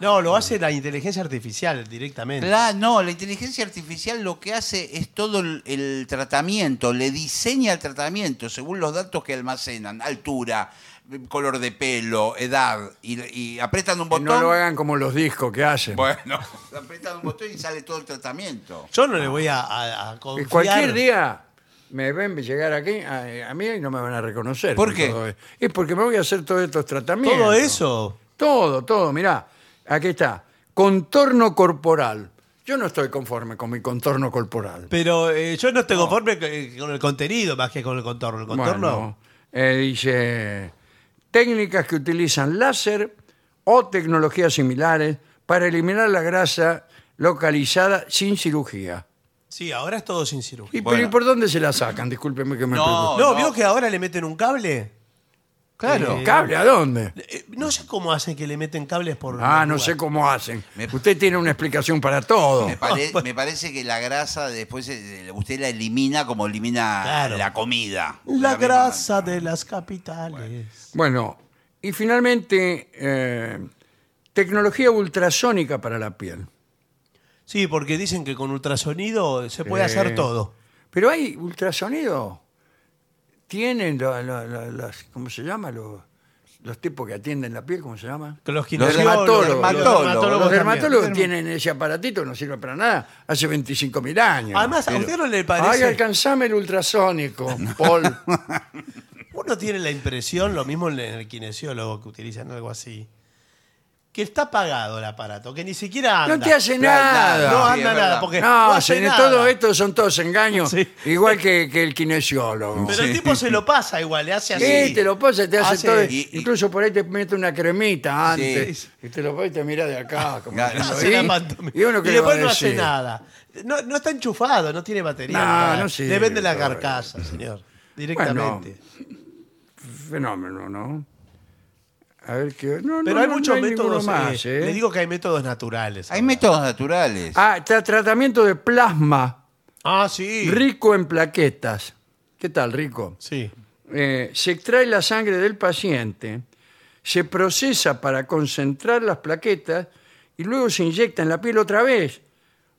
[SPEAKER 2] No, lo hace la inteligencia artificial directamente.
[SPEAKER 3] Claro, no, la inteligencia artificial lo que hace es todo el, el tratamiento, le diseña el tratamiento según los datos que almacenan, altura, color de pelo, edad, y, y apretan un
[SPEAKER 1] Que
[SPEAKER 3] botón.
[SPEAKER 1] no lo hagan como los discos que hacen.
[SPEAKER 3] Bueno, apretan un botón y sale todo el tratamiento.
[SPEAKER 2] Yo no le voy a, a- a confiar.
[SPEAKER 1] Y cualquier día me ven llegar aquí a, a mí y no me van a reconocer.
[SPEAKER 3] ¿Por
[SPEAKER 1] con
[SPEAKER 3] qué?
[SPEAKER 1] todo esto. Es porque me voy a hacer todos estos tratamientos.
[SPEAKER 2] Todo eso.
[SPEAKER 1] Todo, todo, mirá. Aquí está. Contorno corporal. Yo no estoy conforme con mi contorno corporal.
[SPEAKER 2] Pero eh, yo no estoy conforme c- con el contenido más que con el contorno. El contorno.
[SPEAKER 1] Bueno, eh, dice, técnicas que utilizan láser o tecnologías similares para eliminar la grasa localizada sin cirugía.
[SPEAKER 2] Sí, ahora es todo sin cirugía.
[SPEAKER 1] ¿Y,
[SPEAKER 3] Bueno.
[SPEAKER 1] pero, ¿y por dónde se la sacan? Discúlpeme que me
[SPEAKER 3] No, eh,
[SPEAKER 1] pregunto.
[SPEAKER 2] no,
[SPEAKER 3] no.
[SPEAKER 2] vio que ahora le meten un cable.
[SPEAKER 3] Claro.
[SPEAKER 2] Eh,
[SPEAKER 1] ¿Cable a dónde?
[SPEAKER 2] Eh, No sé cómo hacen que le meten cables por.
[SPEAKER 1] Ah,
[SPEAKER 2] los
[SPEAKER 1] no
[SPEAKER 2] lugares.
[SPEAKER 1] sé cómo hacen.
[SPEAKER 3] Me-
[SPEAKER 1] Usted tiene una explicación para todo.
[SPEAKER 3] Me, pare- me parece que la grasa después eh, usted la elimina como elimina
[SPEAKER 2] Claro.
[SPEAKER 3] la comida.
[SPEAKER 2] La
[SPEAKER 3] misma
[SPEAKER 2] grasa
[SPEAKER 3] manera.
[SPEAKER 2] de las capitales.
[SPEAKER 1] Bueno, y finalmente, eh, tecnología ultrasónica para la piel.
[SPEAKER 2] Sí, porque dicen que con ultrasonido se puede
[SPEAKER 1] Sí.
[SPEAKER 2] hacer todo.
[SPEAKER 1] Pero hay ultrasonido. Tienen lo- lo- lo- los, ¿cómo se llama? Los, los tipos que atienden la piel, ¿cómo se llama?
[SPEAKER 2] Que Los,
[SPEAKER 3] Los
[SPEAKER 2] kinesiólogos,
[SPEAKER 1] dermatólogos.
[SPEAKER 2] los
[SPEAKER 1] Los
[SPEAKER 2] dermatólogos
[SPEAKER 1] Los
[SPEAKER 2] también.
[SPEAKER 1] dermatólogos tienen ese aparatito, no sirve para nada, hace 25.000 años.
[SPEAKER 2] Además, ¿a usted no le
[SPEAKER 1] Ay,
[SPEAKER 2] parece?
[SPEAKER 1] alcanzame el ultrasónico, Paul.
[SPEAKER 2] Uno tiene la impresión, lo mismo en el kinesiólogo que utilizan algo así, que está apagado el aparato, que ni siquiera anda.
[SPEAKER 1] No te hace
[SPEAKER 3] Claro,
[SPEAKER 1] nada.
[SPEAKER 2] No
[SPEAKER 3] Sí,
[SPEAKER 2] anda
[SPEAKER 3] es
[SPEAKER 2] nada,
[SPEAKER 3] verdad.
[SPEAKER 2] porque no,
[SPEAKER 1] No,
[SPEAKER 2] hace
[SPEAKER 1] señor,
[SPEAKER 2] nada.
[SPEAKER 1] todo esto son todos engaños,
[SPEAKER 2] Sí.
[SPEAKER 1] igual que, que el kinesiólogo.
[SPEAKER 2] Pero el tipo se lo pasa igual, le hace así.
[SPEAKER 1] Sí, te lo pasa, te hace,
[SPEAKER 2] Hace-
[SPEAKER 1] todo.
[SPEAKER 3] y- y-
[SPEAKER 1] incluso por ahí te mete una cremita
[SPEAKER 3] Sí. Ah,
[SPEAKER 1] antes. Y te lo pone y te mira de acá. Como
[SPEAKER 3] Claro.
[SPEAKER 1] diciendo,
[SPEAKER 2] hace la
[SPEAKER 1] ¿y?
[SPEAKER 2] pantomima.
[SPEAKER 1] Y uno que
[SPEAKER 2] Y
[SPEAKER 1] le va a
[SPEAKER 2] después no hace
[SPEAKER 1] decir.
[SPEAKER 2] nada. No, no está enchufado, no tiene batería.
[SPEAKER 1] No,
[SPEAKER 2] nada.
[SPEAKER 1] no sirve
[SPEAKER 2] le vende la
[SPEAKER 1] todo eso.
[SPEAKER 2] carcasa, señor. Directamente.
[SPEAKER 1] Fenómeno, ¿no? A ver qué. No, no,
[SPEAKER 2] Pero hay
[SPEAKER 1] no, no
[SPEAKER 2] muchos
[SPEAKER 1] ninguno
[SPEAKER 2] métodos.
[SPEAKER 1] más,
[SPEAKER 2] eh,
[SPEAKER 1] ¿eh?
[SPEAKER 2] Le digo que hay métodos naturales.
[SPEAKER 3] Hay
[SPEAKER 2] ahora.
[SPEAKER 3] métodos naturales.
[SPEAKER 1] Ah, tra- tratamiento de plasma
[SPEAKER 2] Ah, sí.
[SPEAKER 1] rico en plaquetas. ¿Qué tal, rico?
[SPEAKER 2] Sí.
[SPEAKER 1] eh, se extrae la sangre del paciente, se procesa para concentrar las plaquetas y luego se inyecta en la piel otra vez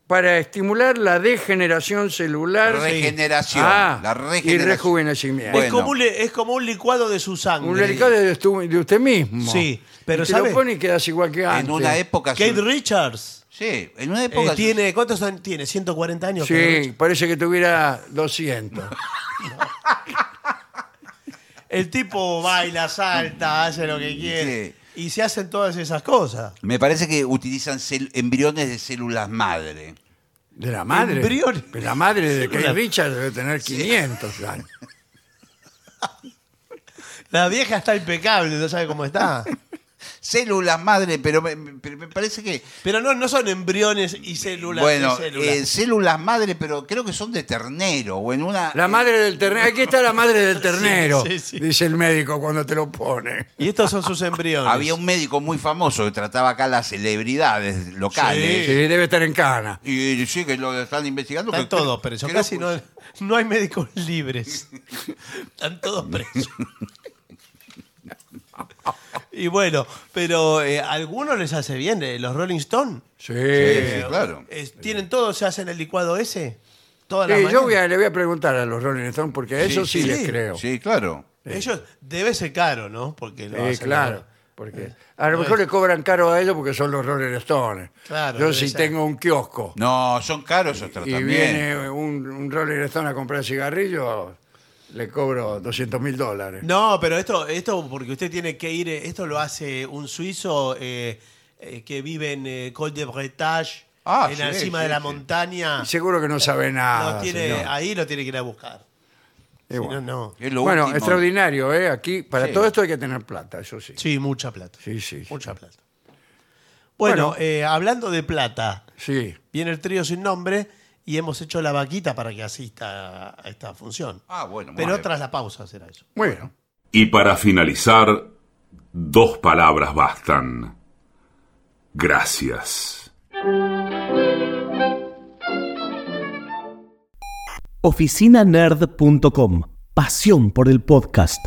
[SPEAKER 1] para estimular la degeneración celular.
[SPEAKER 3] Regeneración,
[SPEAKER 1] Ah,
[SPEAKER 3] la
[SPEAKER 1] Y
[SPEAKER 3] regeneración.
[SPEAKER 1] rejuvenecimiento.
[SPEAKER 3] Bueno.
[SPEAKER 2] Es, como un, li- es como un licuado de su sangre.
[SPEAKER 1] Un delicado de, tu- de usted mismo.
[SPEAKER 2] Sí, pero
[SPEAKER 1] Y te
[SPEAKER 2] ¿sabe?
[SPEAKER 1] lo pone y quedas igual que antes.
[SPEAKER 3] En una época.
[SPEAKER 2] Kate
[SPEAKER 3] sur-
[SPEAKER 2] Richards.
[SPEAKER 3] Sí, en una
[SPEAKER 2] eh,
[SPEAKER 3] época. sur-
[SPEAKER 2] tiene, ¿Cuántos años tiene? 140 años. Kate
[SPEAKER 1] Sí,
[SPEAKER 2] Richards.
[SPEAKER 1] parece que tuviera 200.
[SPEAKER 2] El tipo baila, salta, hace lo que quiere. Y se hacen todas esas cosas.
[SPEAKER 3] Me parece que utilizan cel- embriones de células madre.
[SPEAKER 1] De la madre.
[SPEAKER 2] Embriones.
[SPEAKER 1] Pero la madre de Kate
[SPEAKER 2] Una-
[SPEAKER 1] Richard debe tener 500 años.
[SPEAKER 2] La vieja está impecable, no sabe cómo está.
[SPEAKER 3] Células madre, pero me, me- pero me parece que.
[SPEAKER 2] Pero no, no son embriones y células.
[SPEAKER 3] bueno,
[SPEAKER 2] y células.
[SPEAKER 3] eh, células madre, pero creo que son de ternero o en una.
[SPEAKER 1] La madre del ternero. Aquí está la madre del ternero,
[SPEAKER 2] sí, sí.
[SPEAKER 1] dice el médico cuando te lo pone.
[SPEAKER 2] Y estos son sus embriones.
[SPEAKER 3] Había un médico muy famoso que trataba acá las celebridades
[SPEAKER 1] Sí,
[SPEAKER 3] locales.
[SPEAKER 1] debe estar en cana.
[SPEAKER 3] Y sí, que lo están investigando.
[SPEAKER 2] Están
[SPEAKER 3] que
[SPEAKER 2] todos
[SPEAKER 3] creo-
[SPEAKER 2] presos.
[SPEAKER 3] creo-
[SPEAKER 2] Casi no, no hay médicos libres. Están todos presos. Y bueno, pero eh, a algunos les hace bien. eh, los Rolling Stone
[SPEAKER 1] Sí.
[SPEAKER 3] Sí, claro.
[SPEAKER 2] eh, tienen todo, se hacen el licuado ese. Todas
[SPEAKER 1] Sí,
[SPEAKER 2] las
[SPEAKER 1] Eh, yo
[SPEAKER 2] mañanas.
[SPEAKER 1] voy a- le voy a preguntar a los Rolling Stones porque a eso sí,
[SPEAKER 2] sí,
[SPEAKER 1] les
[SPEAKER 2] sí.
[SPEAKER 1] creo. Sí,
[SPEAKER 3] Sí, claro.
[SPEAKER 2] Ellos debe ser caro, ¿no? Porque lo hacen
[SPEAKER 1] claro.
[SPEAKER 2] ahora.
[SPEAKER 1] Porque a lo mejor le cobran caro a ellos porque son los Rolling Stones.
[SPEAKER 2] Claro,
[SPEAKER 1] yo
[SPEAKER 2] debe
[SPEAKER 1] si
[SPEAKER 2] ser.
[SPEAKER 1] tengo un kiosco
[SPEAKER 3] No, son caros esos
[SPEAKER 1] y
[SPEAKER 3] tratamientos.
[SPEAKER 1] viene un, un Rolling Stone a comprar cigarrillos, le cobro 200 mil dólares.
[SPEAKER 2] No, pero esto, esto porque usted tiene que ir, eh, esto lo hace un suizo eh, eh, que vive en eh, Col de Bretagne,
[SPEAKER 3] Ah,
[SPEAKER 2] en
[SPEAKER 3] sí,
[SPEAKER 2] la cima
[SPEAKER 3] sí,
[SPEAKER 2] de la
[SPEAKER 3] sí.
[SPEAKER 2] montaña.
[SPEAKER 1] Seguro que no sabe nada.
[SPEAKER 2] Lo tiene-
[SPEAKER 1] señor.
[SPEAKER 2] ahí lo tiene que ir a buscar.
[SPEAKER 1] Y
[SPEAKER 2] Si
[SPEAKER 1] bueno.
[SPEAKER 2] no, no.
[SPEAKER 3] Es lo
[SPEAKER 1] Bueno,
[SPEAKER 3] último.
[SPEAKER 1] extraordinario, ¿eh? Aquí, para
[SPEAKER 3] Sí.
[SPEAKER 1] todo esto hay que tener plata, eso sí.
[SPEAKER 2] Sí, mucha plata.
[SPEAKER 1] Sí, sí. sí.
[SPEAKER 2] Mucha plata. Bueno,
[SPEAKER 1] Bueno.
[SPEAKER 2] eh, hablando de plata,
[SPEAKER 1] Sí.
[SPEAKER 2] viene el trío sin nombre y hemos hecho la vaquita para que asista a esta función.
[SPEAKER 3] Ah, bueno, muy
[SPEAKER 2] Pero
[SPEAKER 3] bien.
[SPEAKER 2] tras la pausa será eso.
[SPEAKER 1] Bueno,
[SPEAKER 4] Y para finalizar, dos palabras bastan. Gracias.
[SPEAKER 5] oficinanerd.com. Pasión por el podcast.